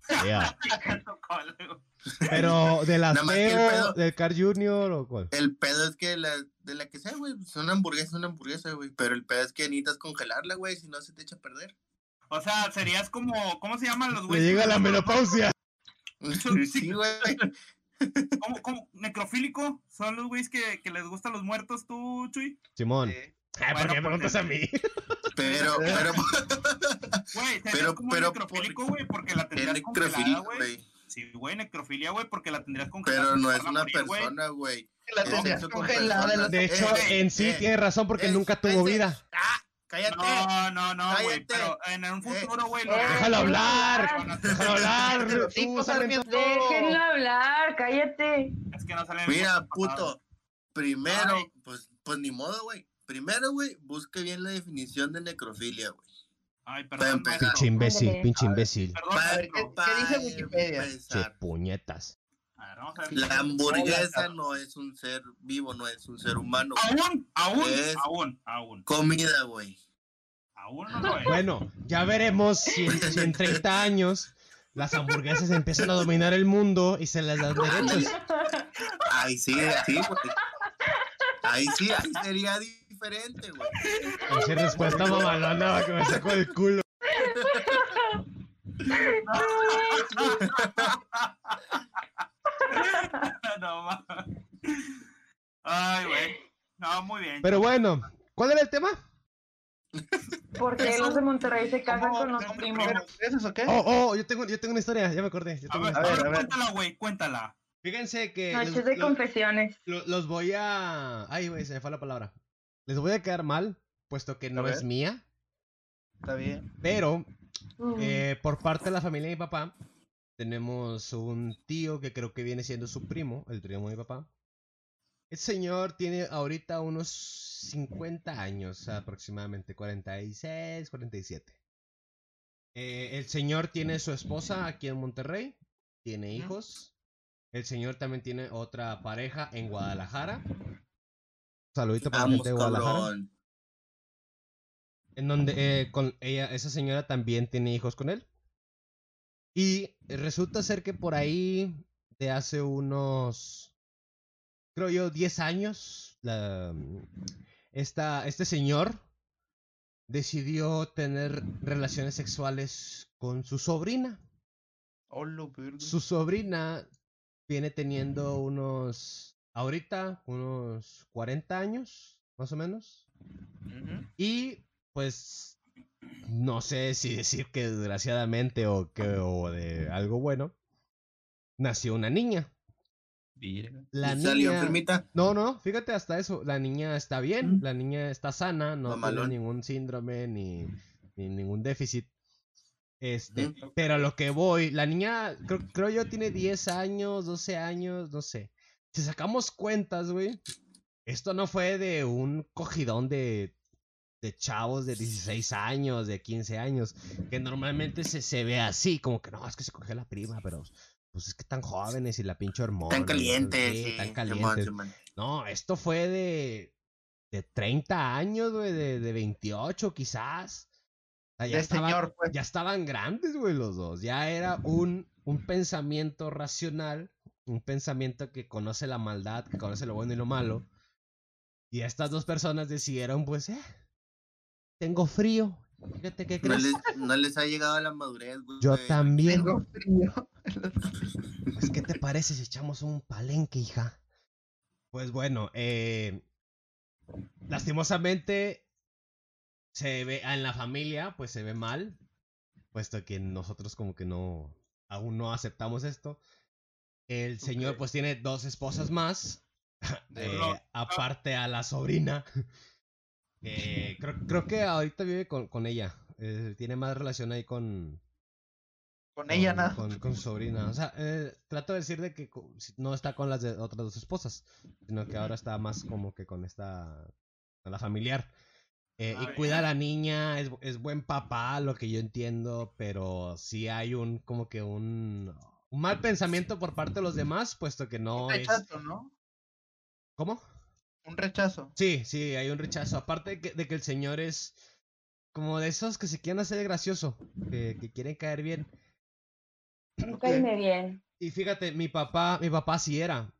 [SPEAKER 1] Chingando cola, güey.
[SPEAKER 2] Pero del
[SPEAKER 4] Nada más que el
[SPEAKER 2] ateo,
[SPEAKER 4] pedo-
[SPEAKER 2] del Car Junior o cuál?
[SPEAKER 4] El pedo es que la, de la que sea, güey, pues una hamburguesa es una hamburguesa, güey. Pero el pedo es que necesitas congelarla, güey, si no se te echa a perder.
[SPEAKER 1] O sea, serías como, ¿cómo se llaman los
[SPEAKER 2] Le
[SPEAKER 1] güeyes?
[SPEAKER 2] llega
[SPEAKER 1] que
[SPEAKER 2] la
[SPEAKER 1] son-
[SPEAKER 2] menopausia.
[SPEAKER 4] [laughs] sí, güey.
[SPEAKER 1] ¿Cómo, cómo? ¿Necrofílico? ¿Son los güeyes que, que les gustan los muertos tú, Chuy?
[SPEAKER 2] Simón.
[SPEAKER 3] eh,
[SPEAKER 2] Ay, ¿Por
[SPEAKER 1] Bueno,
[SPEAKER 2] qué me preguntas
[SPEAKER 4] eh,
[SPEAKER 2] a mí?
[SPEAKER 4] Pero, pero,
[SPEAKER 1] Güey, serías
[SPEAKER 4] Pero-
[SPEAKER 1] como
[SPEAKER 4] pero
[SPEAKER 1] necrofílico, güey, porque la
[SPEAKER 4] es
[SPEAKER 1] tendrías
[SPEAKER 4] necrofilia,
[SPEAKER 1] congelada, güey.
[SPEAKER 4] güey.
[SPEAKER 1] Sí, güey, necrofilia, güey, porque la tendrías congelada.
[SPEAKER 4] Pero
[SPEAKER 1] sin
[SPEAKER 4] no es
[SPEAKER 1] dejarla
[SPEAKER 4] una
[SPEAKER 1] morir, güey.
[SPEAKER 4] persona, güey.
[SPEAKER 3] La
[SPEAKER 4] Es
[SPEAKER 3] tenía
[SPEAKER 4] sexo con
[SPEAKER 3] congelada.
[SPEAKER 4] personas.
[SPEAKER 3] la-
[SPEAKER 2] De hecho,
[SPEAKER 4] eh,
[SPEAKER 2] en sí
[SPEAKER 4] eh,
[SPEAKER 2] tiene razón porque
[SPEAKER 4] eh,
[SPEAKER 2] nunca tuvo
[SPEAKER 4] ese-
[SPEAKER 2] vida.
[SPEAKER 4] ¡Ah! ¡Cállate!
[SPEAKER 1] No, no, no, güey,
[SPEAKER 4] Cállate.
[SPEAKER 1] pero en un futuro, güey, lo-
[SPEAKER 5] Déjalo
[SPEAKER 2] Eh.
[SPEAKER 4] eh,
[SPEAKER 2] hablar. Déjalo hablar.
[SPEAKER 3] Cállate Ah,
[SPEAKER 2] tú,
[SPEAKER 3] los
[SPEAKER 4] pues,
[SPEAKER 3] hijos,
[SPEAKER 2] Sarmiento.
[SPEAKER 3] Sarmiento.
[SPEAKER 5] Déjenlo hablar,
[SPEAKER 2] [laughs]
[SPEAKER 5] cállate.
[SPEAKER 1] Es que no salen en el
[SPEAKER 4] Mira,
[SPEAKER 1] podcast pasado.
[SPEAKER 4] puto. Primero,
[SPEAKER 1] Ay.
[SPEAKER 4] pues, pues ni modo, güey. Primero, güey, busque bien la definición de necrofilia, güey.
[SPEAKER 1] Ay,
[SPEAKER 4] Para
[SPEAKER 1] perdón,
[SPEAKER 4] empezar.
[SPEAKER 1] maestro.
[SPEAKER 2] Pinche imbécil,
[SPEAKER 5] Ándale.
[SPEAKER 2] pinche imbécil.
[SPEAKER 1] Perdón,
[SPEAKER 4] Pa-
[SPEAKER 3] ver, ¿qué-
[SPEAKER 1] maestro.
[SPEAKER 3] qué dice
[SPEAKER 4] pa-
[SPEAKER 3] Wikipedia?
[SPEAKER 2] Che,
[SPEAKER 4] empezar,
[SPEAKER 2] puñetas.
[SPEAKER 1] A ver, vamos a ver.
[SPEAKER 4] La hamburguesa
[SPEAKER 3] Hola,
[SPEAKER 4] no es un ser vivo, no es un ser humano. güey.
[SPEAKER 1] Aún, aún,
[SPEAKER 4] Es-
[SPEAKER 1] aún, aún.
[SPEAKER 4] Comida, güey.
[SPEAKER 1] Aún no lo es.
[SPEAKER 2] Bueno, ya veremos si en, si en 30 años las hamburguesas empiezan a dominar el mundo y se les dan derechos.
[SPEAKER 4] Ahí sí, sí, güey. Ahí sí, ahí sería diferente, güey.
[SPEAKER 2] Pinche respuesta mamalona que me saco del culo.
[SPEAKER 1] [laughs] no mames. Ay, güey. No, muy bien.
[SPEAKER 2] Pero bueno, ¿cuál era el tema?
[SPEAKER 5] Porque los de Monterrey se casan
[SPEAKER 3] ¿Cómo-
[SPEAKER 5] con los
[SPEAKER 3] cómo-
[SPEAKER 5] primos.
[SPEAKER 3] pero, ¿Eso es o qué?
[SPEAKER 2] Oh, oh, yo tengo, yo tengo una historia, ya me acordé. yo
[SPEAKER 1] a
[SPEAKER 2] tengo una
[SPEAKER 1] ver,
[SPEAKER 2] historia.
[SPEAKER 1] a ver,
[SPEAKER 3] a ver.
[SPEAKER 1] cuéntala, güey, cuéntala.
[SPEAKER 2] Fíjense que
[SPEAKER 5] Noches
[SPEAKER 2] los-
[SPEAKER 5] de
[SPEAKER 2] los-
[SPEAKER 5] confesiones.
[SPEAKER 2] Lo- Los, voy a. Ay, güey, se me fue la palabra. Les voy a quedar mal, puesto que no
[SPEAKER 3] ver.
[SPEAKER 2] es mía.
[SPEAKER 3] Está bien.
[SPEAKER 2] Pero,
[SPEAKER 5] Mm.
[SPEAKER 2] eh, por parte de la familia de mi papá, tenemos un tío que creo que viene siendo su primo, el primo de mi papá. Este señor tiene ahorita unos 50 años, aproximadamente 46, 47. Eh, el señor tiene su esposa aquí en Monterrey, tiene hijos. El señor también tiene otra pareja en Guadalajara. Saludito para la
[SPEAKER 4] Vamos,
[SPEAKER 2] gente de Guadalajara.
[SPEAKER 4] cabrón.
[SPEAKER 2] En donde eh, con ella, esa señora también tiene hijos con él. Y resulta ser que por ahí, de hace unos, creo yo, 10 años, la- mm, esta, este señor decidió tener relaciones sexuales con su sobrina.
[SPEAKER 3] Hola, verga.
[SPEAKER 2] Su sobrina viene teniendo unos, ahorita, unos 40 años, más o menos.
[SPEAKER 3] Ujú.
[SPEAKER 2] Y pues no sé si decir que desgraciadamente o que o de algo bueno nació una niña.
[SPEAKER 3] Verga.
[SPEAKER 2] La
[SPEAKER 4] Y
[SPEAKER 2] niña
[SPEAKER 4] salió enfermita.
[SPEAKER 2] No, no, fíjate hasta eso, la niña está bien,
[SPEAKER 4] Mm.
[SPEAKER 2] la niña está sana, no
[SPEAKER 4] Mamalón.
[SPEAKER 2] tiene ningún síndrome ni, ni ningún déficit. Este,
[SPEAKER 4] Mm.
[SPEAKER 2] pero a lo que voy, la niña creo, creo yo tiene 10 años, 12 años, no sé. Si sacamos cuentas, güey, esto no fue de un cogidón de, de chavos de 16 años, de 15 años, que normalmente se, se ve así, como que no, es que se cogió la prima, pero pues es que tan jóvenes y la pinche hormona.
[SPEAKER 4] Tan caliente,
[SPEAKER 2] pues sí,
[SPEAKER 4] sí.
[SPEAKER 2] tan
[SPEAKER 4] Simón,
[SPEAKER 2] calientes.
[SPEAKER 4] Simón.
[SPEAKER 2] No, esto fue de, de 30 años, güey, de, de 28 quizás. O sea, ya,
[SPEAKER 3] De
[SPEAKER 2] estaban,
[SPEAKER 3] señor, pues.
[SPEAKER 2] ya estaban grandes, güey, los dos. Ya era un, un pensamiento racional, un pensamiento que conoce la maldad, que conoce lo bueno y lo malo. Y estas dos personas decidieron, pues, eh, tengo frío. Fíjate qué
[SPEAKER 4] No
[SPEAKER 2] crees.
[SPEAKER 4] les, no les ha llegado a la madurez, güey.
[SPEAKER 2] Yo también.
[SPEAKER 3] Tengo frío. [laughs]
[SPEAKER 2] Pues, ¿qué te parece si echamos un palenque, hija? Pues bueno, eh, lastimosamente se ve en la familia, pues se ve mal. puesto que nosotros como que no, aún no aceptamos esto. El señor pues tiene dos esposas más, [laughs]
[SPEAKER 3] De-
[SPEAKER 2] eh, aparte a la sobrina. que creo, creo que ahorita vive con, con ella. eh, tiene más relación ahí con,
[SPEAKER 3] Con ella
[SPEAKER 2] con-
[SPEAKER 3] nada.
[SPEAKER 2] Con, con su sobrina. O sea, eh, trato de decir de que co- si- no está con las de otras dos esposas, sino que ahora está más como que con esta, con la familiar. Eh,
[SPEAKER 1] Ah,
[SPEAKER 2] y
[SPEAKER 1] bien.
[SPEAKER 2] cuida a la niña, es, bu- es buen papá, lo que yo entiendo, pero sí hay un, como que un, un mal pensamiento por parte de los demás, puesto que no
[SPEAKER 3] Un
[SPEAKER 2] es...
[SPEAKER 3] rechazo, ¿no?
[SPEAKER 2] ¿Cómo?
[SPEAKER 3] Un rechazo.
[SPEAKER 2] Sí, sí, hay un rechazo. Aparte de que, de que el señor es como de esos que se quieren hacer gracioso, que- que quieren caer bien.
[SPEAKER 5] Nunca
[SPEAKER 2] eh,
[SPEAKER 5] dime bien.
[SPEAKER 2] Y fíjate, mi papá, mi papá sí era,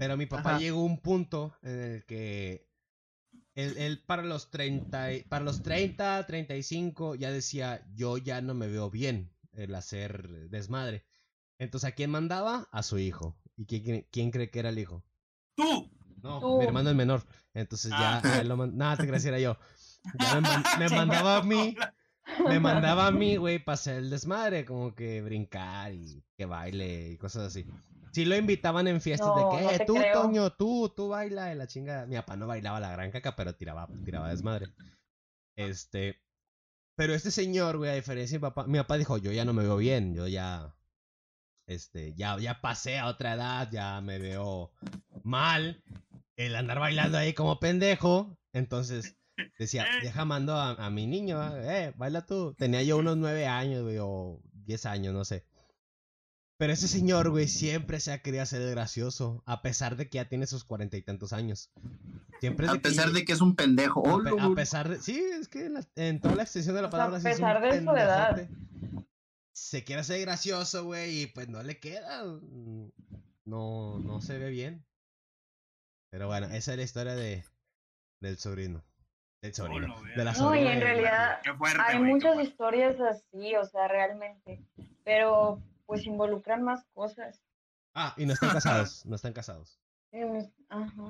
[SPEAKER 2] pero mi papá
[SPEAKER 3] Ajá.
[SPEAKER 2] llegó a un punto en el que él, él para los 30, y- para los 30, 35 ya decía, yo ya no me veo bien el hacer desmadre. Entonces, ¿a quién mandaba? A su hijo. ¿Y quién, cre- quién cree que era el hijo?
[SPEAKER 1] Tú,
[SPEAKER 2] No,
[SPEAKER 5] Tú.
[SPEAKER 2] mi hermano es menor. Entonces ya a él lo man- Nada, te creas, era yo. Ya me, man- me mandaba a mí. Me mandaba a mí, güey, para hacer el desmadre, como que brincar y que baile y cosas así. Sí lo invitaban en fiestas
[SPEAKER 5] No,
[SPEAKER 2] de que,
[SPEAKER 5] no
[SPEAKER 2] "Eh,
[SPEAKER 5] te
[SPEAKER 2] tú,
[SPEAKER 5] creo.
[SPEAKER 2] Toño, tú, tú baila de la chingada. Mi papá no bailaba la gran caca, pero tiraba, tiraba desmadre. Este, pero este señor, güey, a diferencia de mi papá, mi papá dijo, yo ya no me veo bien, yo ya, este, ya, ya pasé a otra edad, ya me veo mal, el andar bailando ahí como pendejo, entonces
[SPEAKER 4] [laughs]
[SPEAKER 2] decía, deja mando a, a mi niño, ah, eh, baila tú. Tenía yo unos nueve años, güey, o diez años, no sé. Pero ese señor, güey, siempre se ha querido hacer el gracioso, a pesar de que ya tiene sus cuarenta y tantos años. Siempre
[SPEAKER 4] A
[SPEAKER 2] desde que
[SPEAKER 4] pesar
[SPEAKER 2] yo-
[SPEAKER 4] de que es un pendejo.
[SPEAKER 2] a
[SPEAKER 4] Oh,
[SPEAKER 2] pe- a
[SPEAKER 4] lo-
[SPEAKER 2] pesar de. Sí, es que en, la- en toda la extensión de la
[SPEAKER 5] O sea,
[SPEAKER 2] palabra.
[SPEAKER 5] a
[SPEAKER 2] sí es un
[SPEAKER 5] pesar de su edad.
[SPEAKER 2] pendejote. Se quiere hacer gracioso, güey, y pues no le queda. mm, No, no se ve bien. Pero bueno, esa es la historia de del sobrino. Del sobrino.
[SPEAKER 1] lo
[SPEAKER 2] de la
[SPEAKER 1] veas.
[SPEAKER 5] No, y
[SPEAKER 2] sobrina
[SPEAKER 5] en
[SPEAKER 2] de-
[SPEAKER 5] realidad
[SPEAKER 1] qué fuerte.
[SPEAKER 5] hay
[SPEAKER 1] güey, qué
[SPEAKER 5] muchas
[SPEAKER 1] fuerte.
[SPEAKER 5] historias así, o sea, realmente. Pero pues involucran más cosas.
[SPEAKER 2] Ah, y no
[SPEAKER 5] [laughs]
[SPEAKER 2] están casados. No están casados.
[SPEAKER 5] Sí, me- Ajá.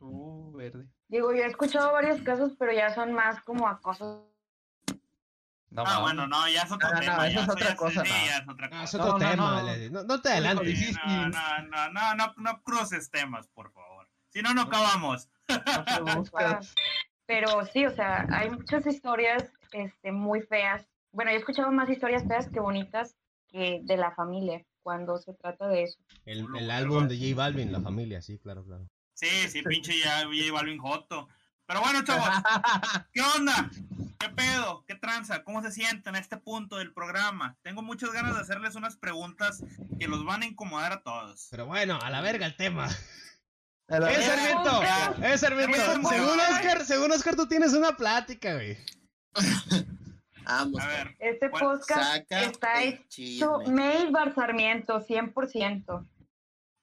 [SPEAKER 3] Uh, verde.
[SPEAKER 5] Digo, yo he escuchado varios casos, pero ya son más como acosos.
[SPEAKER 3] No,
[SPEAKER 1] Ah,
[SPEAKER 3] mames.
[SPEAKER 1] bueno, no, ya es otro
[SPEAKER 3] No, no,
[SPEAKER 1] tema.
[SPEAKER 3] eso
[SPEAKER 1] ya
[SPEAKER 3] es
[SPEAKER 1] eso
[SPEAKER 3] otra
[SPEAKER 1] ya es-
[SPEAKER 3] cosa,
[SPEAKER 1] sí,
[SPEAKER 3] no.
[SPEAKER 1] ya es otra
[SPEAKER 2] Ah, es
[SPEAKER 1] cosa.
[SPEAKER 2] otro
[SPEAKER 3] No, no,
[SPEAKER 2] tema.
[SPEAKER 3] no.
[SPEAKER 2] Leslie, No, no te
[SPEAKER 1] Sí,
[SPEAKER 2] adelantes.
[SPEAKER 1] No,
[SPEAKER 3] difícil.
[SPEAKER 1] no, no, no, no, no cruces temas, por favor. Si no, no acabamos.
[SPEAKER 3] [laughs] No te buscas.
[SPEAKER 5] Pero sí, o sea, hay muchas historias este, muy feas. Bueno, yo he escuchado más historias feas que bonitas que de la familia cuando se trata de eso.
[SPEAKER 2] El, el álbum de J Balvin, la familia, sí, claro, claro.
[SPEAKER 1] Sí, sí, pinche ya J Balvin Joto. Pero bueno,
[SPEAKER 3] [laughs]
[SPEAKER 1] chavos, ¿qué onda? ¿Qué pedo? ¿Qué tranza? ¿Cómo se sienten a este punto del programa? Tengo muchas ganas de hacerles unas preguntas que los van a incomodar a todos.
[SPEAKER 2] Pero bueno, a la verga el tema.
[SPEAKER 3] A [laughs] la
[SPEAKER 2] ¡Eh,
[SPEAKER 5] Este
[SPEAKER 3] verga.
[SPEAKER 2] Sarmiento! ¡Eh, Sarmiento!
[SPEAKER 1] Eso no se
[SPEAKER 2] Según
[SPEAKER 1] vale.
[SPEAKER 2] Oscar, según Oscar, tú tienes una plática, güey.
[SPEAKER 4] Vamos.
[SPEAKER 1] A ver,
[SPEAKER 5] Este
[SPEAKER 1] Bueno,
[SPEAKER 5] podcast
[SPEAKER 4] saca
[SPEAKER 5] está
[SPEAKER 4] el
[SPEAKER 5] hecho
[SPEAKER 4] chisme.
[SPEAKER 5] made by Sarmiento, 100%.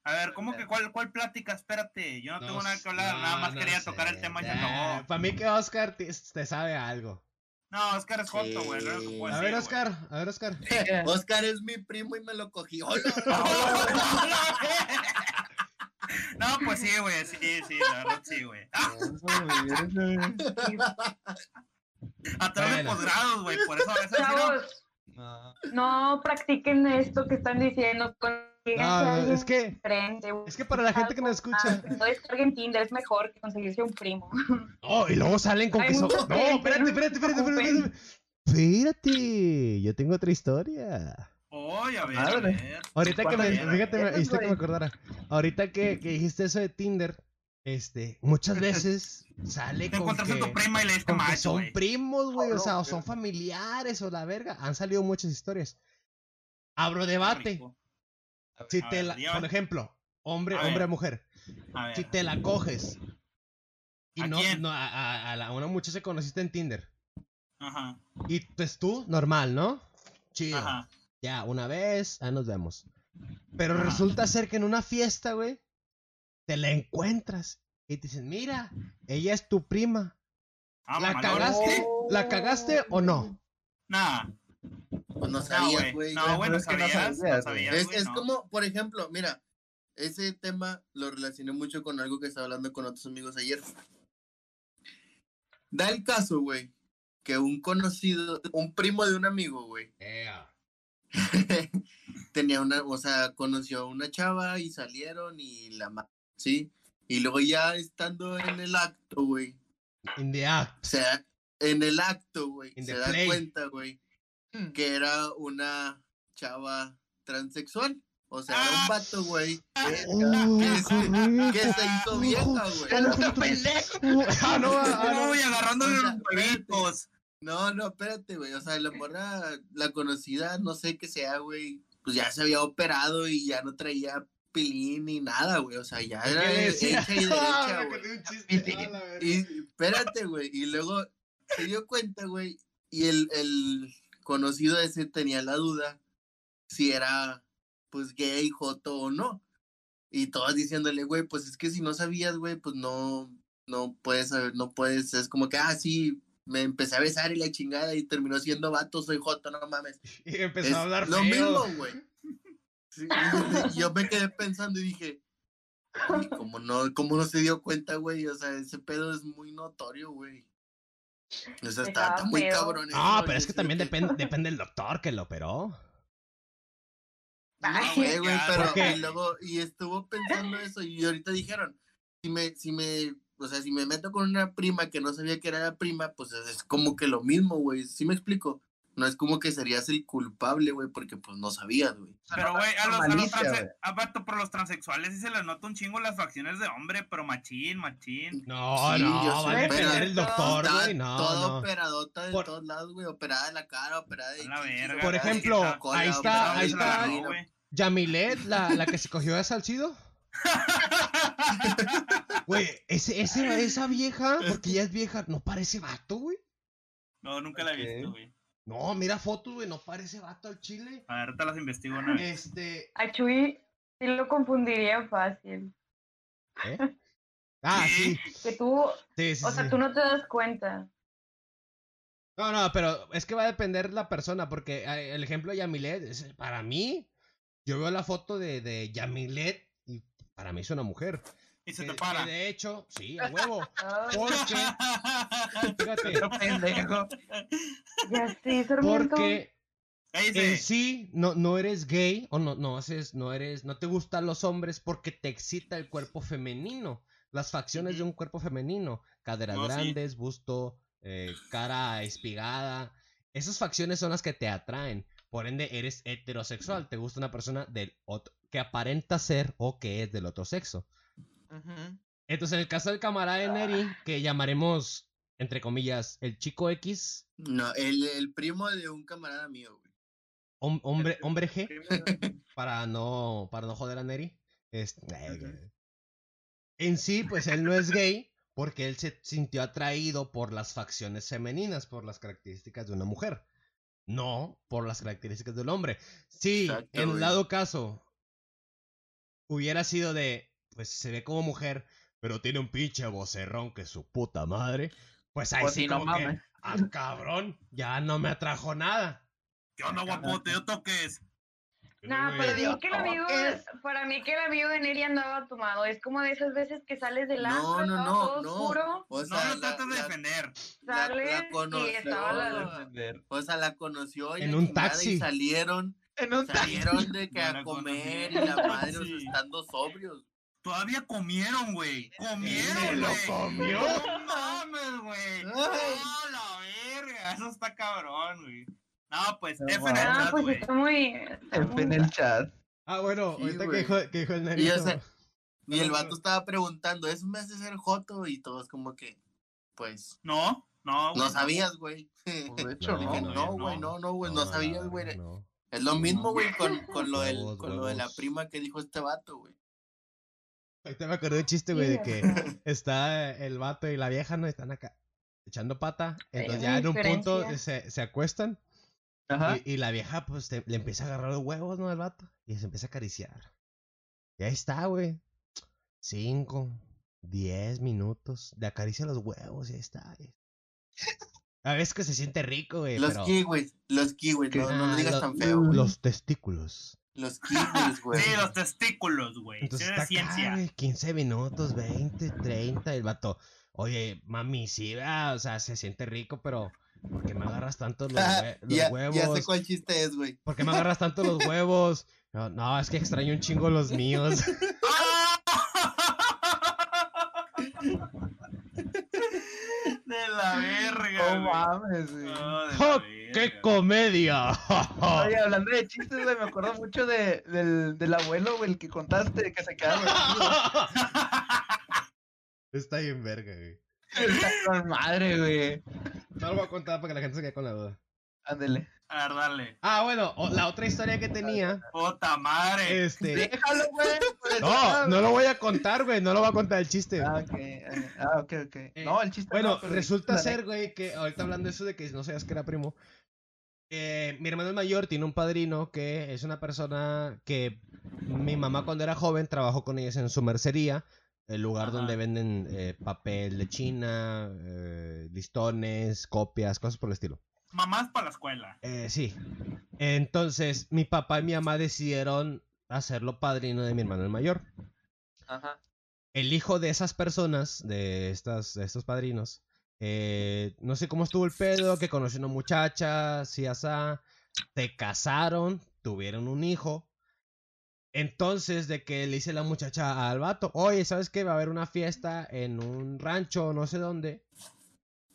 [SPEAKER 1] a ver, ¿cómo que cuál, cuál plática? Espérate, yo no, tengo nada que hablar, nada más quería tocar el tema y se acabó.
[SPEAKER 2] Para mí que Oscar te, te sabe algo.
[SPEAKER 1] No, Oscar es Joto, güey. no es lo que puedo decir, Pues
[SPEAKER 2] a ver,
[SPEAKER 1] güey.
[SPEAKER 2] Oscar, a ver, Oscar.
[SPEAKER 4] Oscar es mi primo y me lo oh,
[SPEAKER 1] [laughs]
[SPEAKER 4] cogí. Hola.
[SPEAKER 1] No, pues sí, güey, sí, sí, la verdad sí, güey. Ah, A través de
[SPEAKER 2] Bueno.
[SPEAKER 1] posgrados, güey, por eso a
[SPEAKER 4] Pues,
[SPEAKER 1] veces sí, no.
[SPEAKER 5] Chavos,
[SPEAKER 3] No.
[SPEAKER 5] no practiquen esto que están diciendo. consíguense a
[SPEAKER 2] No,
[SPEAKER 5] alguien
[SPEAKER 2] es que,
[SPEAKER 5] diferente,
[SPEAKER 2] es que para la gente que nos escucha.
[SPEAKER 5] Ah, No descarguen Tinder, es mejor que conseguirse un primo.
[SPEAKER 2] Oh, y luego salen con
[SPEAKER 5] Hay
[SPEAKER 2] que son. No,
[SPEAKER 5] muchos que dicen,
[SPEAKER 2] espérate,
[SPEAKER 5] "No
[SPEAKER 2] espérate,
[SPEAKER 5] se
[SPEAKER 2] espérate, espérate. espérate. Espérate, yo tengo otra historia.
[SPEAKER 1] Oye, a ver, a
[SPEAKER 3] Madre.
[SPEAKER 1] ver.
[SPEAKER 2] Ahorita que me,
[SPEAKER 1] Cualquiera.
[SPEAKER 2] fíjate, me
[SPEAKER 5] Eso
[SPEAKER 2] hiciste que
[SPEAKER 5] fue.
[SPEAKER 2] me acordara. Ahorita que, que dijiste eso de Tinder, este,
[SPEAKER 1] [laughs]
[SPEAKER 2] muchas veces sale
[SPEAKER 1] Te
[SPEAKER 2] con
[SPEAKER 1] encuentras a
[SPEAKER 2] que,
[SPEAKER 1] tu prima y le diste
[SPEAKER 2] con que
[SPEAKER 1] macho,
[SPEAKER 2] son
[SPEAKER 1] güey.
[SPEAKER 2] primos, güey, o
[SPEAKER 3] no,
[SPEAKER 2] sea, o
[SPEAKER 3] pero-
[SPEAKER 2] son familiares o la verga. Han salido muchas historias. Abro debate.
[SPEAKER 1] Rico.
[SPEAKER 2] Si
[SPEAKER 1] A
[SPEAKER 2] te
[SPEAKER 1] ver,
[SPEAKER 2] la-
[SPEAKER 1] dígame.
[SPEAKER 2] por ejemplo, hombre,
[SPEAKER 1] A
[SPEAKER 2] hombre
[SPEAKER 1] ver.
[SPEAKER 2] a mujer,
[SPEAKER 1] A ver.
[SPEAKER 2] si te la coges y
[SPEAKER 1] ¿A
[SPEAKER 2] no,
[SPEAKER 1] quién?
[SPEAKER 2] no a, a- a la- a una muchacha que conociste en Tinder
[SPEAKER 1] Ajá,
[SPEAKER 2] y pues tú, normal, ¿no? Chido.
[SPEAKER 1] ajá.
[SPEAKER 2] Ya, una vez, ah, nos vemos. Pero
[SPEAKER 1] Ajá.
[SPEAKER 2] resulta ser que en una fiesta, güey, te la encuentras y te dicen, mira, ella es tu prima.
[SPEAKER 1] Ah,
[SPEAKER 2] ¿La
[SPEAKER 1] mamalón.
[SPEAKER 2] cagaste? ¿La cagaste o no?
[SPEAKER 1] Nah,
[SPEAKER 4] Pues no
[SPEAKER 1] nah,
[SPEAKER 4] sabía,
[SPEAKER 1] güey.
[SPEAKER 4] güey.
[SPEAKER 1] No, güey,
[SPEAKER 3] Pero
[SPEAKER 1] no
[SPEAKER 3] es que no
[SPEAKER 1] sabías.
[SPEAKER 3] sabías,
[SPEAKER 1] No sabías,
[SPEAKER 4] Es,
[SPEAKER 1] güey,
[SPEAKER 4] es
[SPEAKER 1] no.
[SPEAKER 4] como, por ejemplo, mira, ese tema lo relacioné mucho con algo que estaba hablando con otros amigos ayer. Da el caso, güey, que un conocido, un primo de un amigo, güey,
[SPEAKER 2] Ea.
[SPEAKER 4] [laughs] tenía una, o sea, conoció a una chava y salieron y la ma- sí. Y luego ya estando en el acto, güey,
[SPEAKER 2] In the act.
[SPEAKER 4] se da- en el acto, güey,
[SPEAKER 2] In
[SPEAKER 4] se
[SPEAKER 2] the
[SPEAKER 4] da
[SPEAKER 2] play.
[SPEAKER 4] cuenta, güey, que era una chava transexual. O sea, era un vato, güey,
[SPEAKER 2] Oh,
[SPEAKER 4] que se, que
[SPEAKER 2] correcto.
[SPEAKER 4] se hizo vieja, güey.
[SPEAKER 3] ¡Otro pendejo!
[SPEAKER 2] Ah, no, ah, no.
[SPEAKER 1] Uy, agarrándole
[SPEAKER 4] Mira,
[SPEAKER 1] los huevitos.
[SPEAKER 4] No, no, espérate, güey. O sea, la morra, la conocida, no sé qué sea, güey. Pues ya se había operado y ya no traía pilín ni nada, güey. O sea, ya era
[SPEAKER 2] ¿Qué decía?
[SPEAKER 4] hecha
[SPEAKER 2] [laughs]
[SPEAKER 4] y derecha,
[SPEAKER 2] Ah, me
[SPEAKER 4] güey.
[SPEAKER 2] acordé de un chiste,
[SPEAKER 3] Sí.
[SPEAKER 2] a la verga.
[SPEAKER 4] Y espérate, güey. Y luego se dio cuenta, güey. Y el, el conocido ese tenía la duda si era, pues, gay, joto o no. Y todos diciéndole, güey, pues es que si no sabías, güey, pues no, no puedes saber, no puedes. Es como que, ah, sí, me empecé a besar y la chingada y terminó siendo vato, soy joto, no mames.
[SPEAKER 2] Y empezó a
[SPEAKER 4] Es
[SPEAKER 2] hablar
[SPEAKER 4] lo
[SPEAKER 2] feo. [laughs]
[SPEAKER 4] mismo, güey. Sí, [laughs] y yo me quedé pensando y dije, "Ay, ¿cómo no, cómo no se dio cuenta, güey? O sea, ese pedo es muy notorio, güey. O sea, está,
[SPEAKER 5] Estaba
[SPEAKER 4] está muy
[SPEAKER 5] feo.
[SPEAKER 4] cabrón.
[SPEAKER 2] No,
[SPEAKER 4] eso,
[SPEAKER 2] Ah, pero es
[SPEAKER 4] yo
[SPEAKER 2] que
[SPEAKER 4] sé
[SPEAKER 2] también depende, depende del doctor que lo operó.
[SPEAKER 4] No, Ah, güey, güey,
[SPEAKER 1] Ya,
[SPEAKER 4] pero
[SPEAKER 2] porque-
[SPEAKER 4] y luego, y estuvo pensando eso, y ahorita dijeron, si me, si me, o sea, si me meto con una prima que no sabía que era la prima, pues es, es como que lo mismo, güey. ¿Sí me explico? No es como que serías el culpable, güey, porque pues no sabías, güey.
[SPEAKER 1] Pero, güey, a los, a los
[SPEAKER 3] Malicia,
[SPEAKER 1] transe-
[SPEAKER 3] güey.
[SPEAKER 1] ah, vato, por los transexuales sí se les nota un chingo las facciones de hombre, pero machín, machín.
[SPEAKER 2] No,
[SPEAKER 4] Sí, yo
[SPEAKER 2] no,
[SPEAKER 4] sé,
[SPEAKER 2] va a depender
[SPEAKER 4] pero-
[SPEAKER 2] del doctor,
[SPEAKER 4] Estaba
[SPEAKER 2] güey.
[SPEAKER 4] toda
[SPEAKER 2] No, no.
[SPEAKER 4] operadota de
[SPEAKER 2] Por-
[SPEAKER 4] todos lados, güey. Operada de la cara, operada de.
[SPEAKER 1] A la
[SPEAKER 4] chichis,
[SPEAKER 1] verga,
[SPEAKER 4] operada
[SPEAKER 2] Por
[SPEAKER 4] de
[SPEAKER 2] ejemplo,
[SPEAKER 4] la cola,
[SPEAKER 2] ahí está,
[SPEAKER 4] operada de
[SPEAKER 2] ahí
[SPEAKER 4] la
[SPEAKER 2] está.
[SPEAKER 4] vagina, güey.
[SPEAKER 2] Yamilet, la, la que se cogió a Salcido. Güey, ese, ese, esa vieja, porque ya es vieja, no parece vato, güey.
[SPEAKER 1] No, nunca la he
[SPEAKER 3] Ok.
[SPEAKER 1] visto, güey.
[SPEAKER 2] No, mira fotos, güey, no parece vato al chile.
[SPEAKER 1] A ver, ahorita las investigo una vez.
[SPEAKER 2] Este.
[SPEAKER 5] A Chuy sí lo confundiría fácil.
[SPEAKER 2] Ah, sí.
[SPEAKER 5] Que tú,
[SPEAKER 2] Sí, sí,
[SPEAKER 5] o sea,
[SPEAKER 2] sí.
[SPEAKER 5] tú no te das cuenta.
[SPEAKER 2] No, no, pero es que va a depender la persona, porque eh, el ejemplo de Yamilet, es- para mí, yo veo la foto de, de Yamilet y para mí es una mujer.
[SPEAKER 1] Y se
[SPEAKER 4] Eh,
[SPEAKER 2] Que-
[SPEAKER 1] te
[SPEAKER 2] que
[SPEAKER 1] para.
[SPEAKER 2] de hecho, sí, a huevo.
[SPEAKER 5] Ay,
[SPEAKER 2] Porque, fíjate,
[SPEAKER 3] ¡Otro [laughs] pendejo!
[SPEAKER 5] ya sí, Sarmiento.
[SPEAKER 2] porque
[SPEAKER 1] [laughs] Ahí
[SPEAKER 2] en
[SPEAKER 1] dice,
[SPEAKER 2] sí no, no eres gay o no, no haces, no eres, no te gustan los hombres porque te excita el cuerpo femenino, las facciones de un cuerpo femenino, caderas
[SPEAKER 1] No, sí.
[SPEAKER 2] grandes, busto, eh, cara espigada, esas facciones son las que te atraen, por ende eres heterosexual, te gusta una persona del ot- que aparenta ser o que es del otro sexo.
[SPEAKER 3] Ujú.
[SPEAKER 2] Entonces, en el caso del camarada de Neri, que llamaremos, entre comillas, el chico X,
[SPEAKER 4] No, el, el primo de un camarada mío, güey.
[SPEAKER 2] hom- hombre, hombre G, para no, para no joder a Neri. es- eh, En sí, pues él no es gay porque él se sintió atraído por las facciones femeninas, por las características de una mujer. No por las características del hombre. Sí,
[SPEAKER 4] Exacto,
[SPEAKER 2] en
[SPEAKER 4] güey.
[SPEAKER 2] dado caso hubiera sido de, pues se ve como mujer, pero tiene un pinche vocerrón que su puta madre. Pues ahí
[SPEAKER 3] O
[SPEAKER 2] sí
[SPEAKER 3] si no
[SPEAKER 2] como que,
[SPEAKER 3] mames.
[SPEAKER 2] ah, cabrón, ya no me atrajo nada.
[SPEAKER 1] ¿qué onda, guapote? Yo toques.
[SPEAKER 5] Nah,
[SPEAKER 2] Güey.
[SPEAKER 5] para mí
[SPEAKER 3] Dios,
[SPEAKER 5] que el amigo,
[SPEAKER 3] toques.
[SPEAKER 5] para mí que el amigo de Neri andaba tomado. Es como de esas veces que sales del
[SPEAKER 4] No,
[SPEAKER 5] antro,
[SPEAKER 4] no,
[SPEAKER 5] estaba
[SPEAKER 4] no,
[SPEAKER 5] todo
[SPEAKER 4] no.
[SPEAKER 5] oscuro,
[SPEAKER 4] O
[SPEAKER 1] No
[SPEAKER 4] sea,
[SPEAKER 1] lo trates de
[SPEAKER 4] la-
[SPEAKER 1] defender.
[SPEAKER 4] la-
[SPEAKER 5] sales
[SPEAKER 4] la
[SPEAKER 5] y
[SPEAKER 4] conoció,
[SPEAKER 5] estaba la
[SPEAKER 4] la-
[SPEAKER 5] luz.
[SPEAKER 4] o sea, la conoció y
[SPEAKER 2] En
[SPEAKER 4] la
[SPEAKER 2] un
[SPEAKER 4] chingada
[SPEAKER 2] taxi.
[SPEAKER 4] Y salieron,
[SPEAKER 3] En un
[SPEAKER 4] salieron de
[SPEAKER 1] [laughs]
[SPEAKER 4] que
[SPEAKER 1] No
[SPEAKER 4] a
[SPEAKER 1] la
[SPEAKER 4] comer y
[SPEAKER 1] conocí.
[SPEAKER 4] la madre, o sea,
[SPEAKER 1] Sí.
[SPEAKER 4] estando sobrios.
[SPEAKER 1] Todavía comieron, güey.
[SPEAKER 4] Sí,
[SPEAKER 1] Comieron,
[SPEAKER 4] lo
[SPEAKER 1] güey.
[SPEAKER 2] comió.
[SPEAKER 1] No mames, güey.
[SPEAKER 4] Ay.
[SPEAKER 1] No, la verga. Eso está cabrón, güey. No, pues,
[SPEAKER 3] No,
[SPEAKER 1] F en el
[SPEAKER 3] mames.
[SPEAKER 5] Ah,
[SPEAKER 1] chat,
[SPEAKER 5] pues
[SPEAKER 1] güey.
[SPEAKER 5] está muy. está
[SPEAKER 3] F [laughs] en
[SPEAKER 5] muy-
[SPEAKER 3] el chat.
[SPEAKER 2] Ah, bueno,
[SPEAKER 4] Sí,
[SPEAKER 2] ahorita que
[SPEAKER 4] güey.
[SPEAKER 2] dijo, que dijo el
[SPEAKER 4] Y,
[SPEAKER 2] Nerito.
[SPEAKER 4] o sea, y el
[SPEAKER 2] No,
[SPEAKER 4] vato
[SPEAKER 2] no.
[SPEAKER 4] estaba preguntando, ¿eso me hace ser joto? Y todos como que, pues,
[SPEAKER 1] No, no,
[SPEAKER 4] no
[SPEAKER 1] güey.
[SPEAKER 4] sabías, güey.
[SPEAKER 3] Pues, de hecho,
[SPEAKER 4] No,
[SPEAKER 3] no.
[SPEAKER 2] que
[SPEAKER 4] no, güey, no, no, güey, Ah, no
[SPEAKER 2] la
[SPEAKER 4] sabías,
[SPEAKER 2] verga,
[SPEAKER 4] güey.
[SPEAKER 2] no.
[SPEAKER 4] Es lo mismo, güey, con, con, lo, del,
[SPEAKER 2] Huevos,
[SPEAKER 4] con lo de la
[SPEAKER 2] huevos.
[SPEAKER 4] prima que dijo este vato, güey.
[SPEAKER 2] Ahorita me acordé de un chiste, güey, de que está el vato y la vieja, ¿no? Están acá echando pata.
[SPEAKER 5] Pero
[SPEAKER 2] Entonces
[SPEAKER 5] hay
[SPEAKER 2] ya en un punto
[SPEAKER 5] diferencia.
[SPEAKER 2] se, se acuestan
[SPEAKER 3] Ajá.
[SPEAKER 2] y, y la vieja, pues, te- le empieza a agarrar los huevos, ¿no? Al vato. Y se empieza a acariciar. Y ahí está, güey. Cinco, diez minutos. Le acaricia los huevos y ahí está.
[SPEAKER 4] [laughs]
[SPEAKER 2] güey. A veces que se siente rico, güey.
[SPEAKER 4] Los
[SPEAKER 2] pero...
[SPEAKER 4] kiwis, los kiwis, no, no
[SPEAKER 2] Ah,
[SPEAKER 4] lo digas
[SPEAKER 2] lo-
[SPEAKER 4] tan feo, güey.
[SPEAKER 2] Los testículos. [laughs]
[SPEAKER 4] Los kiwis, güey.
[SPEAKER 1] Sí, los testículos, güey. Sí,
[SPEAKER 2] Entonces
[SPEAKER 1] de
[SPEAKER 2] está
[SPEAKER 1] ciencia.
[SPEAKER 2] acá, güey, 15 minutos, ah, 20, 30. El vato, oye, mami, sí, va, o sea, se siente rico, pero ¿Por qué me agarras tanto los,
[SPEAKER 4] Ah,
[SPEAKER 2] hue- los
[SPEAKER 4] ya,
[SPEAKER 2] huevos?
[SPEAKER 4] ya sé cuál chiste es, güey.
[SPEAKER 2] ¿Por qué me agarras tanto los huevos? No, no, es que extraño un chingo los míos. [laughs]
[SPEAKER 1] De la verga.
[SPEAKER 3] No
[SPEAKER 1] güey.
[SPEAKER 3] Oh, mames, güey.
[SPEAKER 1] No, de la
[SPEAKER 2] ¡Ja! Oh, ¡Qué
[SPEAKER 1] verga.
[SPEAKER 2] comedia!
[SPEAKER 3] Oye, hablando de chistes, güey, me acuerdo mucho de, del, del abuelo, güey, el que contaste, que se quedaba dormido.
[SPEAKER 2] [laughs] Está bien verga, güey.
[SPEAKER 3] Está con madre, güey.
[SPEAKER 2] No lo voy a contar para que la gente se quede con la duda.
[SPEAKER 3] Ándele.
[SPEAKER 1] A ver, dale.
[SPEAKER 2] Ah, bueno, o- la otra historia que tenía,
[SPEAKER 1] Puta madre.
[SPEAKER 2] este...
[SPEAKER 3] Déjalo, güey. pues,
[SPEAKER 2] No, no lo voy a contar, güey, no lo voy a contar el chiste. güey.
[SPEAKER 3] Ah, ok, ah, ok, ok. No, el chiste
[SPEAKER 2] Bueno,
[SPEAKER 3] no, pero-
[SPEAKER 2] resulta
[SPEAKER 3] dale.
[SPEAKER 2] ser, güey, que ahorita hablando de eso de que no sabías que era primo. eh, mi hermano el mayor tiene un padrino que es una persona que mi mamá cuando era joven trabajó con ellos en su mercería, el lugar
[SPEAKER 1] Ajá.
[SPEAKER 2] donde venden eh, papel de China, eh, listones, copias, cosas por el estilo.
[SPEAKER 1] Mamás para la escuela.
[SPEAKER 2] Eh, sí. Entonces, mi papá y mi mamá decidieron hacerlo padrino de mi hermano el mayor
[SPEAKER 3] Ajá.
[SPEAKER 2] el hijo de esas personas, de, estas, de estos padrinos, eh, no sé cómo estuvo el pedo, que conoció una muchacha, si asá, se casaron, tuvieron un hijo. Entonces, de que le dice la muchacha al vato, oye, ¿sabes qué? Va a haber una fiesta en un rancho, no sé dónde.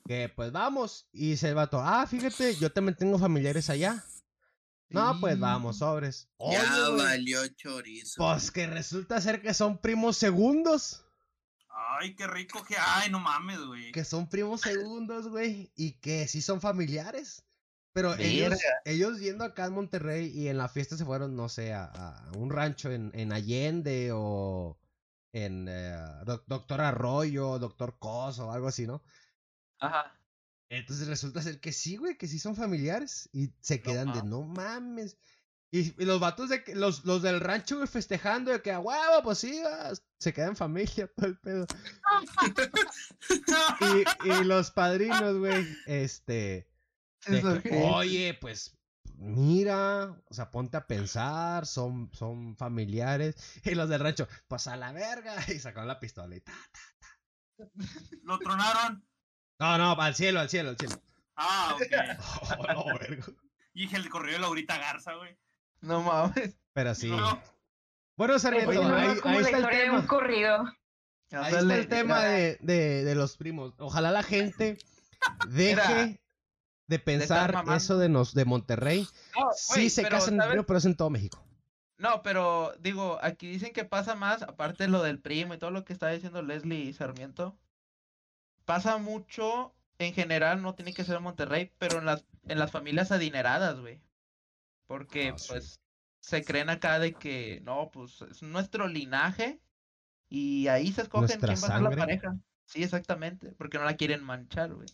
[SPEAKER 2] Que pues vamos. Y dice el vato, ah, fíjate, yo también tengo familiares allá. No, pues
[SPEAKER 3] Sí.
[SPEAKER 2] vamos, sobres. Oye,
[SPEAKER 4] ya
[SPEAKER 2] güey,
[SPEAKER 4] valió chorizo.
[SPEAKER 2] pues que resulta ser que son primos segundos.
[SPEAKER 1] Ay, qué rico que. Ay, no mames, güey.
[SPEAKER 2] que son primos segundos, güey, y que sí son familiares. Pero ellos,
[SPEAKER 3] Verga.
[SPEAKER 2] ellos yendo acá en Monterrey y en la fiesta se fueron, no sé, a, a un rancho en, en Allende o en eh, Doc- Doctor Arroyo, Doctor Cos o algo así, ¿no?
[SPEAKER 3] Ajá.
[SPEAKER 2] Entonces resulta ser que sí, güey, que sí son familiares y se quedan de no mames. Y, y los vatos de que- los, los del rancho, güey, festejando de que a huevo, pues sí, ah, se quedan familia, [laughs] todo el pedo. y, y los padrinos, güey, este,
[SPEAKER 3] Sí,
[SPEAKER 2] de
[SPEAKER 3] eso
[SPEAKER 2] que,
[SPEAKER 3] que-
[SPEAKER 2] Oye, pues mira, o sea, ponte a pensar, son, son familiares. Y los del rancho, pues a la verga. [laughs] Y sacaron la pistola y ta.
[SPEAKER 1] Lo tronaron.
[SPEAKER 2] No, no, al cielo, al cielo, al
[SPEAKER 3] [laughs]
[SPEAKER 2] cielo.
[SPEAKER 1] Ah, ok.
[SPEAKER 2] Oh, no, verga.
[SPEAKER 1] Y dije el correo de Laurita Garza, güey.
[SPEAKER 3] No mames.
[SPEAKER 2] Pero sí.
[SPEAKER 1] No.
[SPEAKER 2] Bueno,
[SPEAKER 5] Esto
[SPEAKER 2] Sarmiento,
[SPEAKER 5] no
[SPEAKER 2] ahí,
[SPEAKER 5] es pues, como
[SPEAKER 2] ahí
[SPEAKER 5] la
[SPEAKER 2] está el
[SPEAKER 5] historia de un
[SPEAKER 2] tema.
[SPEAKER 5] corrido.
[SPEAKER 2] Ahí está el tema de, de- de los primos. Ojalá la gente deje
[SPEAKER 3] Mira,
[SPEAKER 2] de
[SPEAKER 3] estar
[SPEAKER 2] pensar
[SPEAKER 3] mamando.
[SPEAKER 2] eso de, nos, de Monterrey.
[SPEAKER 3] No,
[SPEAKER 2] Sí
[SPEAKER 3] güey,
[SPEAKER 2] se
[SPEAKER 3] pero,
[SPEAKER 2] casan en
[SPEAKER 3] ¿sabes?
[SPEAKER 2] Río, pero es en todo México.
[SPEAKER 3] No, pero digo, aquí dicen que pasa más, aparte de lo del primo y todo lo que está diciendo Leslie Sarmiento, pasa mucho, en general, no tiene que ser en Monterrey, pero en las, en las familias adineradas, güey. Porque
[SPEAKER 2] Ah, sí.
[SPEAKER 3] pues se creen acá de que, no, pues es nuestro linaje y ahí se escogen
[SPEAKER 2] Nuestra
[SPEAKER 3] quién va a ser la
[SPEAKER 2] sangre.
[SPEAKER 3] pareja. Sí, exactamente, porque no la quieren manchar, güey.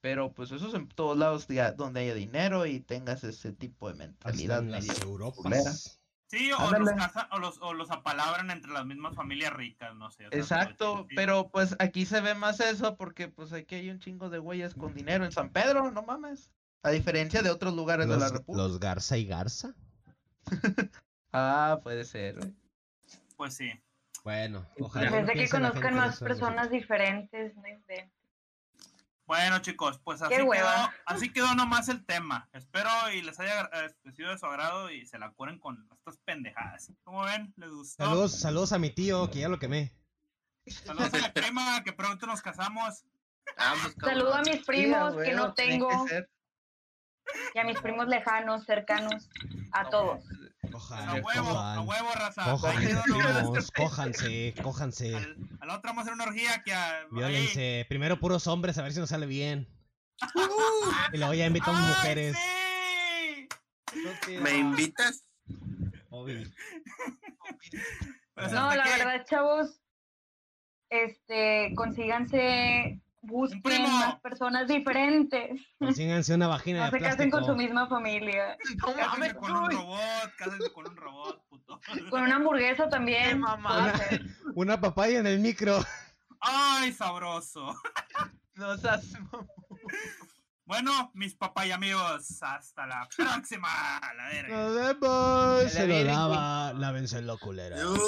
[SPEAKER 3] Pero pues eso es en todos lados ya donde haya dinero y tengas ese tipo de mentalidad.
[SPEAKER 2] en las
[SPEAKER 3] medio
[SPEAKER 2] Europas.
[SPEAKER 3] culera.
[SPEAKER 1] Sí, o
[SPEAKER 3] Ándale.
[SPEAKER 1] los, casa- o, los, o los apalabran entre las mismas familias ricas, no sé. o sea,
[SPEAKER 3] Exacto,
[SPEAKER 1] sí.
[SPEAKER 3] pero pues aquí se ve más eso porque pues aquí hay un chingo de güeyes con dinero en San Pedro, no mames. A diferencia de otros lugares de la
[SPEAKER 2] Los,
[SPEAKER 3] República.
[SPEAKER 2] los Garza y Garza.
[SPEAKER 3] Ah, puede ser. güey.
[SPEAKER 1] Pues sí.
[SPEAKER 2] Bueno, ojalá. no
[SPEAKER 5] Desde pues, que
[SPEAKER 2] piense la gente
[SPEAKER 5] conozcan
[SPEAKER 2] en
[SPEAKER 5] más
[SPEAKER 2] eso, güey.
[SPEAKER 5] personas diferentes, no inventen.
[SPEAKER 1] Bueno, chicos, pues así
[SPEAKER 5] Qué
[SPEAKER 1] quedó,
[SPEAKER 5] hueva.
[SPEAKER 1] así quedó nomás el tema. Espero y les haya eh, sido de su agrado y se la curen con estas pendejadas. ¿Cómo ven? ¿Les gustó?
[SPEAKER 2] Saludos, saludos a mi tío, que ya lo quemé.
[SPEAKER 1] Saludos a la crema, que pronto nos casamos.
[SPEAKER 4] Vamos, cabrón.
[SPEAKER 5] Saludo a mis primos
[SPEAKER 3] Sí, a
[SPEAKER 5] que no
[SPEAKER 3] huevo, tiene
[SPEAKER 5] tengo
[SPEAKER 3] que ser.
[SPEAKER 5] y a mis primos lejanos, cercanos, a
[SPEAKER 3] No,
[SPEAKER 5] todos.
[SPEAKER 3] mames.
[SPEAKER 1] A
[SPEAKER 2] Ojalá.
[SPEAKER 1] huevo, a
[SPEAKER 2] cojan.
[SPEAKER 1] huevo, raza.
[SPEAKER 2] Cojan,
[SPEAKER 1] Ahí quedó nomás. [laughs]
[SPEAKER 2] primos, cójanse, cójanse.
[SPEAKER 1] Al- A la otra vamos a hacer una orgía que a... ahí-
[SPEAKER 2] Violense. Primero puros hombres, a ver si nos sale
[SPEAKER 1] [laughs]
[SPEAKER 2] bien. Y luego ya invitamos
[SPEAKER 1] ¡Ay,
[SPEAKER 2] mujeres.
[SPEAKER 1] sí!
[SPEAKER 4] ¿Me invitas?
[SPEAKER 2] Obvio.
[SPEAKER 1] Pues,
[SPEAKER 5] No,
[SPEAKER 1] ¿hasta
[SPEAKER 5] la
[SPEAKER 1] qué?
[SPEAKER 5] verdad, chavos, este, consíganse,
[SPEAKER 1] Un
[SPEAKER 5] busquen
[SPEAKER 1] primo.
[SPEAKER 5] más personas diferentes.
[SPEAKER 2] Consíganse una vagina
[SPEAKER 5] No
[SPEAKER 2] de
[SPEAKER 5] se casen
[SPEAKER 2] plástico.
[SPEAKER 5] con su
[SPEAKER 2] [laughs]
[SPEAKER 5] misma familia.
[SPEAKER 3] No mames,
[SPEAKER 1] Cásense con un
[SPEAKER 3] güey.
[SPEAKER 1] robot, cásense con un robot, puto.
[SPEAKER 5] Con una hamburguesa
[SPEAKER 3] Qué
[SPEAKER 5] también. eh.
[SPEAKER 3] mamada.
[SPEAKER 5] puede ser.
[SPEAKER 2] Una papaya en
[SPEAKER 1] [laughs]
[SPEAKER 2] el micro.
[SPEAKER 1] ¡Ay, sabroso! [laughs]
[SPEAKER 3] [laughs] No seas mamón.
[SPEAKER 1] Bueno, mis papá y amigos, hasta la próxima. a La verga.
[SPEAKER 2] Nos vemos. Se lo
[SPEAKER 3] virgen.
[SPEAKER 2] daba. Lávense la culera.
[SPEAKER 4] Dios.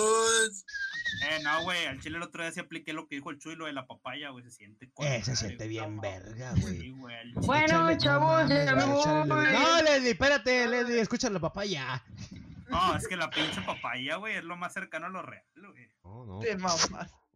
[SPEAKER 1] Eh, no, güey, al chile el otro día sí apliqué lo que dijo el chulo de la papaya, güey, se siente con
[SPEAKER 2] Eh, se
[SPEAKER 1] madre,
[SPEAKER 2] siente
[SPEAKER 1] güey,
[SPEAKER 2] bien
[SPEAKER 1] no mames.
[SPEAKER 2] verga,
[SPEAKER 1] Sí,
[SPEAKER 2] güey.
[SPEAKER 1] güey, al chile.
[SPEAKER 5] Bueno,
[SPEAKER 2] Échale, no
[SPEAKER 5] chavos,
[SPEAKER 2] mames,
[SPEAKER 5] ya me
[SPEAKER 2] güey, échale,
[SPEAKER 5] voy.
[SPEAKER 2] güey. No, Leslie, espérate, Leslie, escucha la papaya.
[SPEAKER 1] No, es que la pinche papaya, güey, es lo más cercano a lo real, güey.
[SPEAKER 2] No, no.
[SPEAKER 3] Te mamás.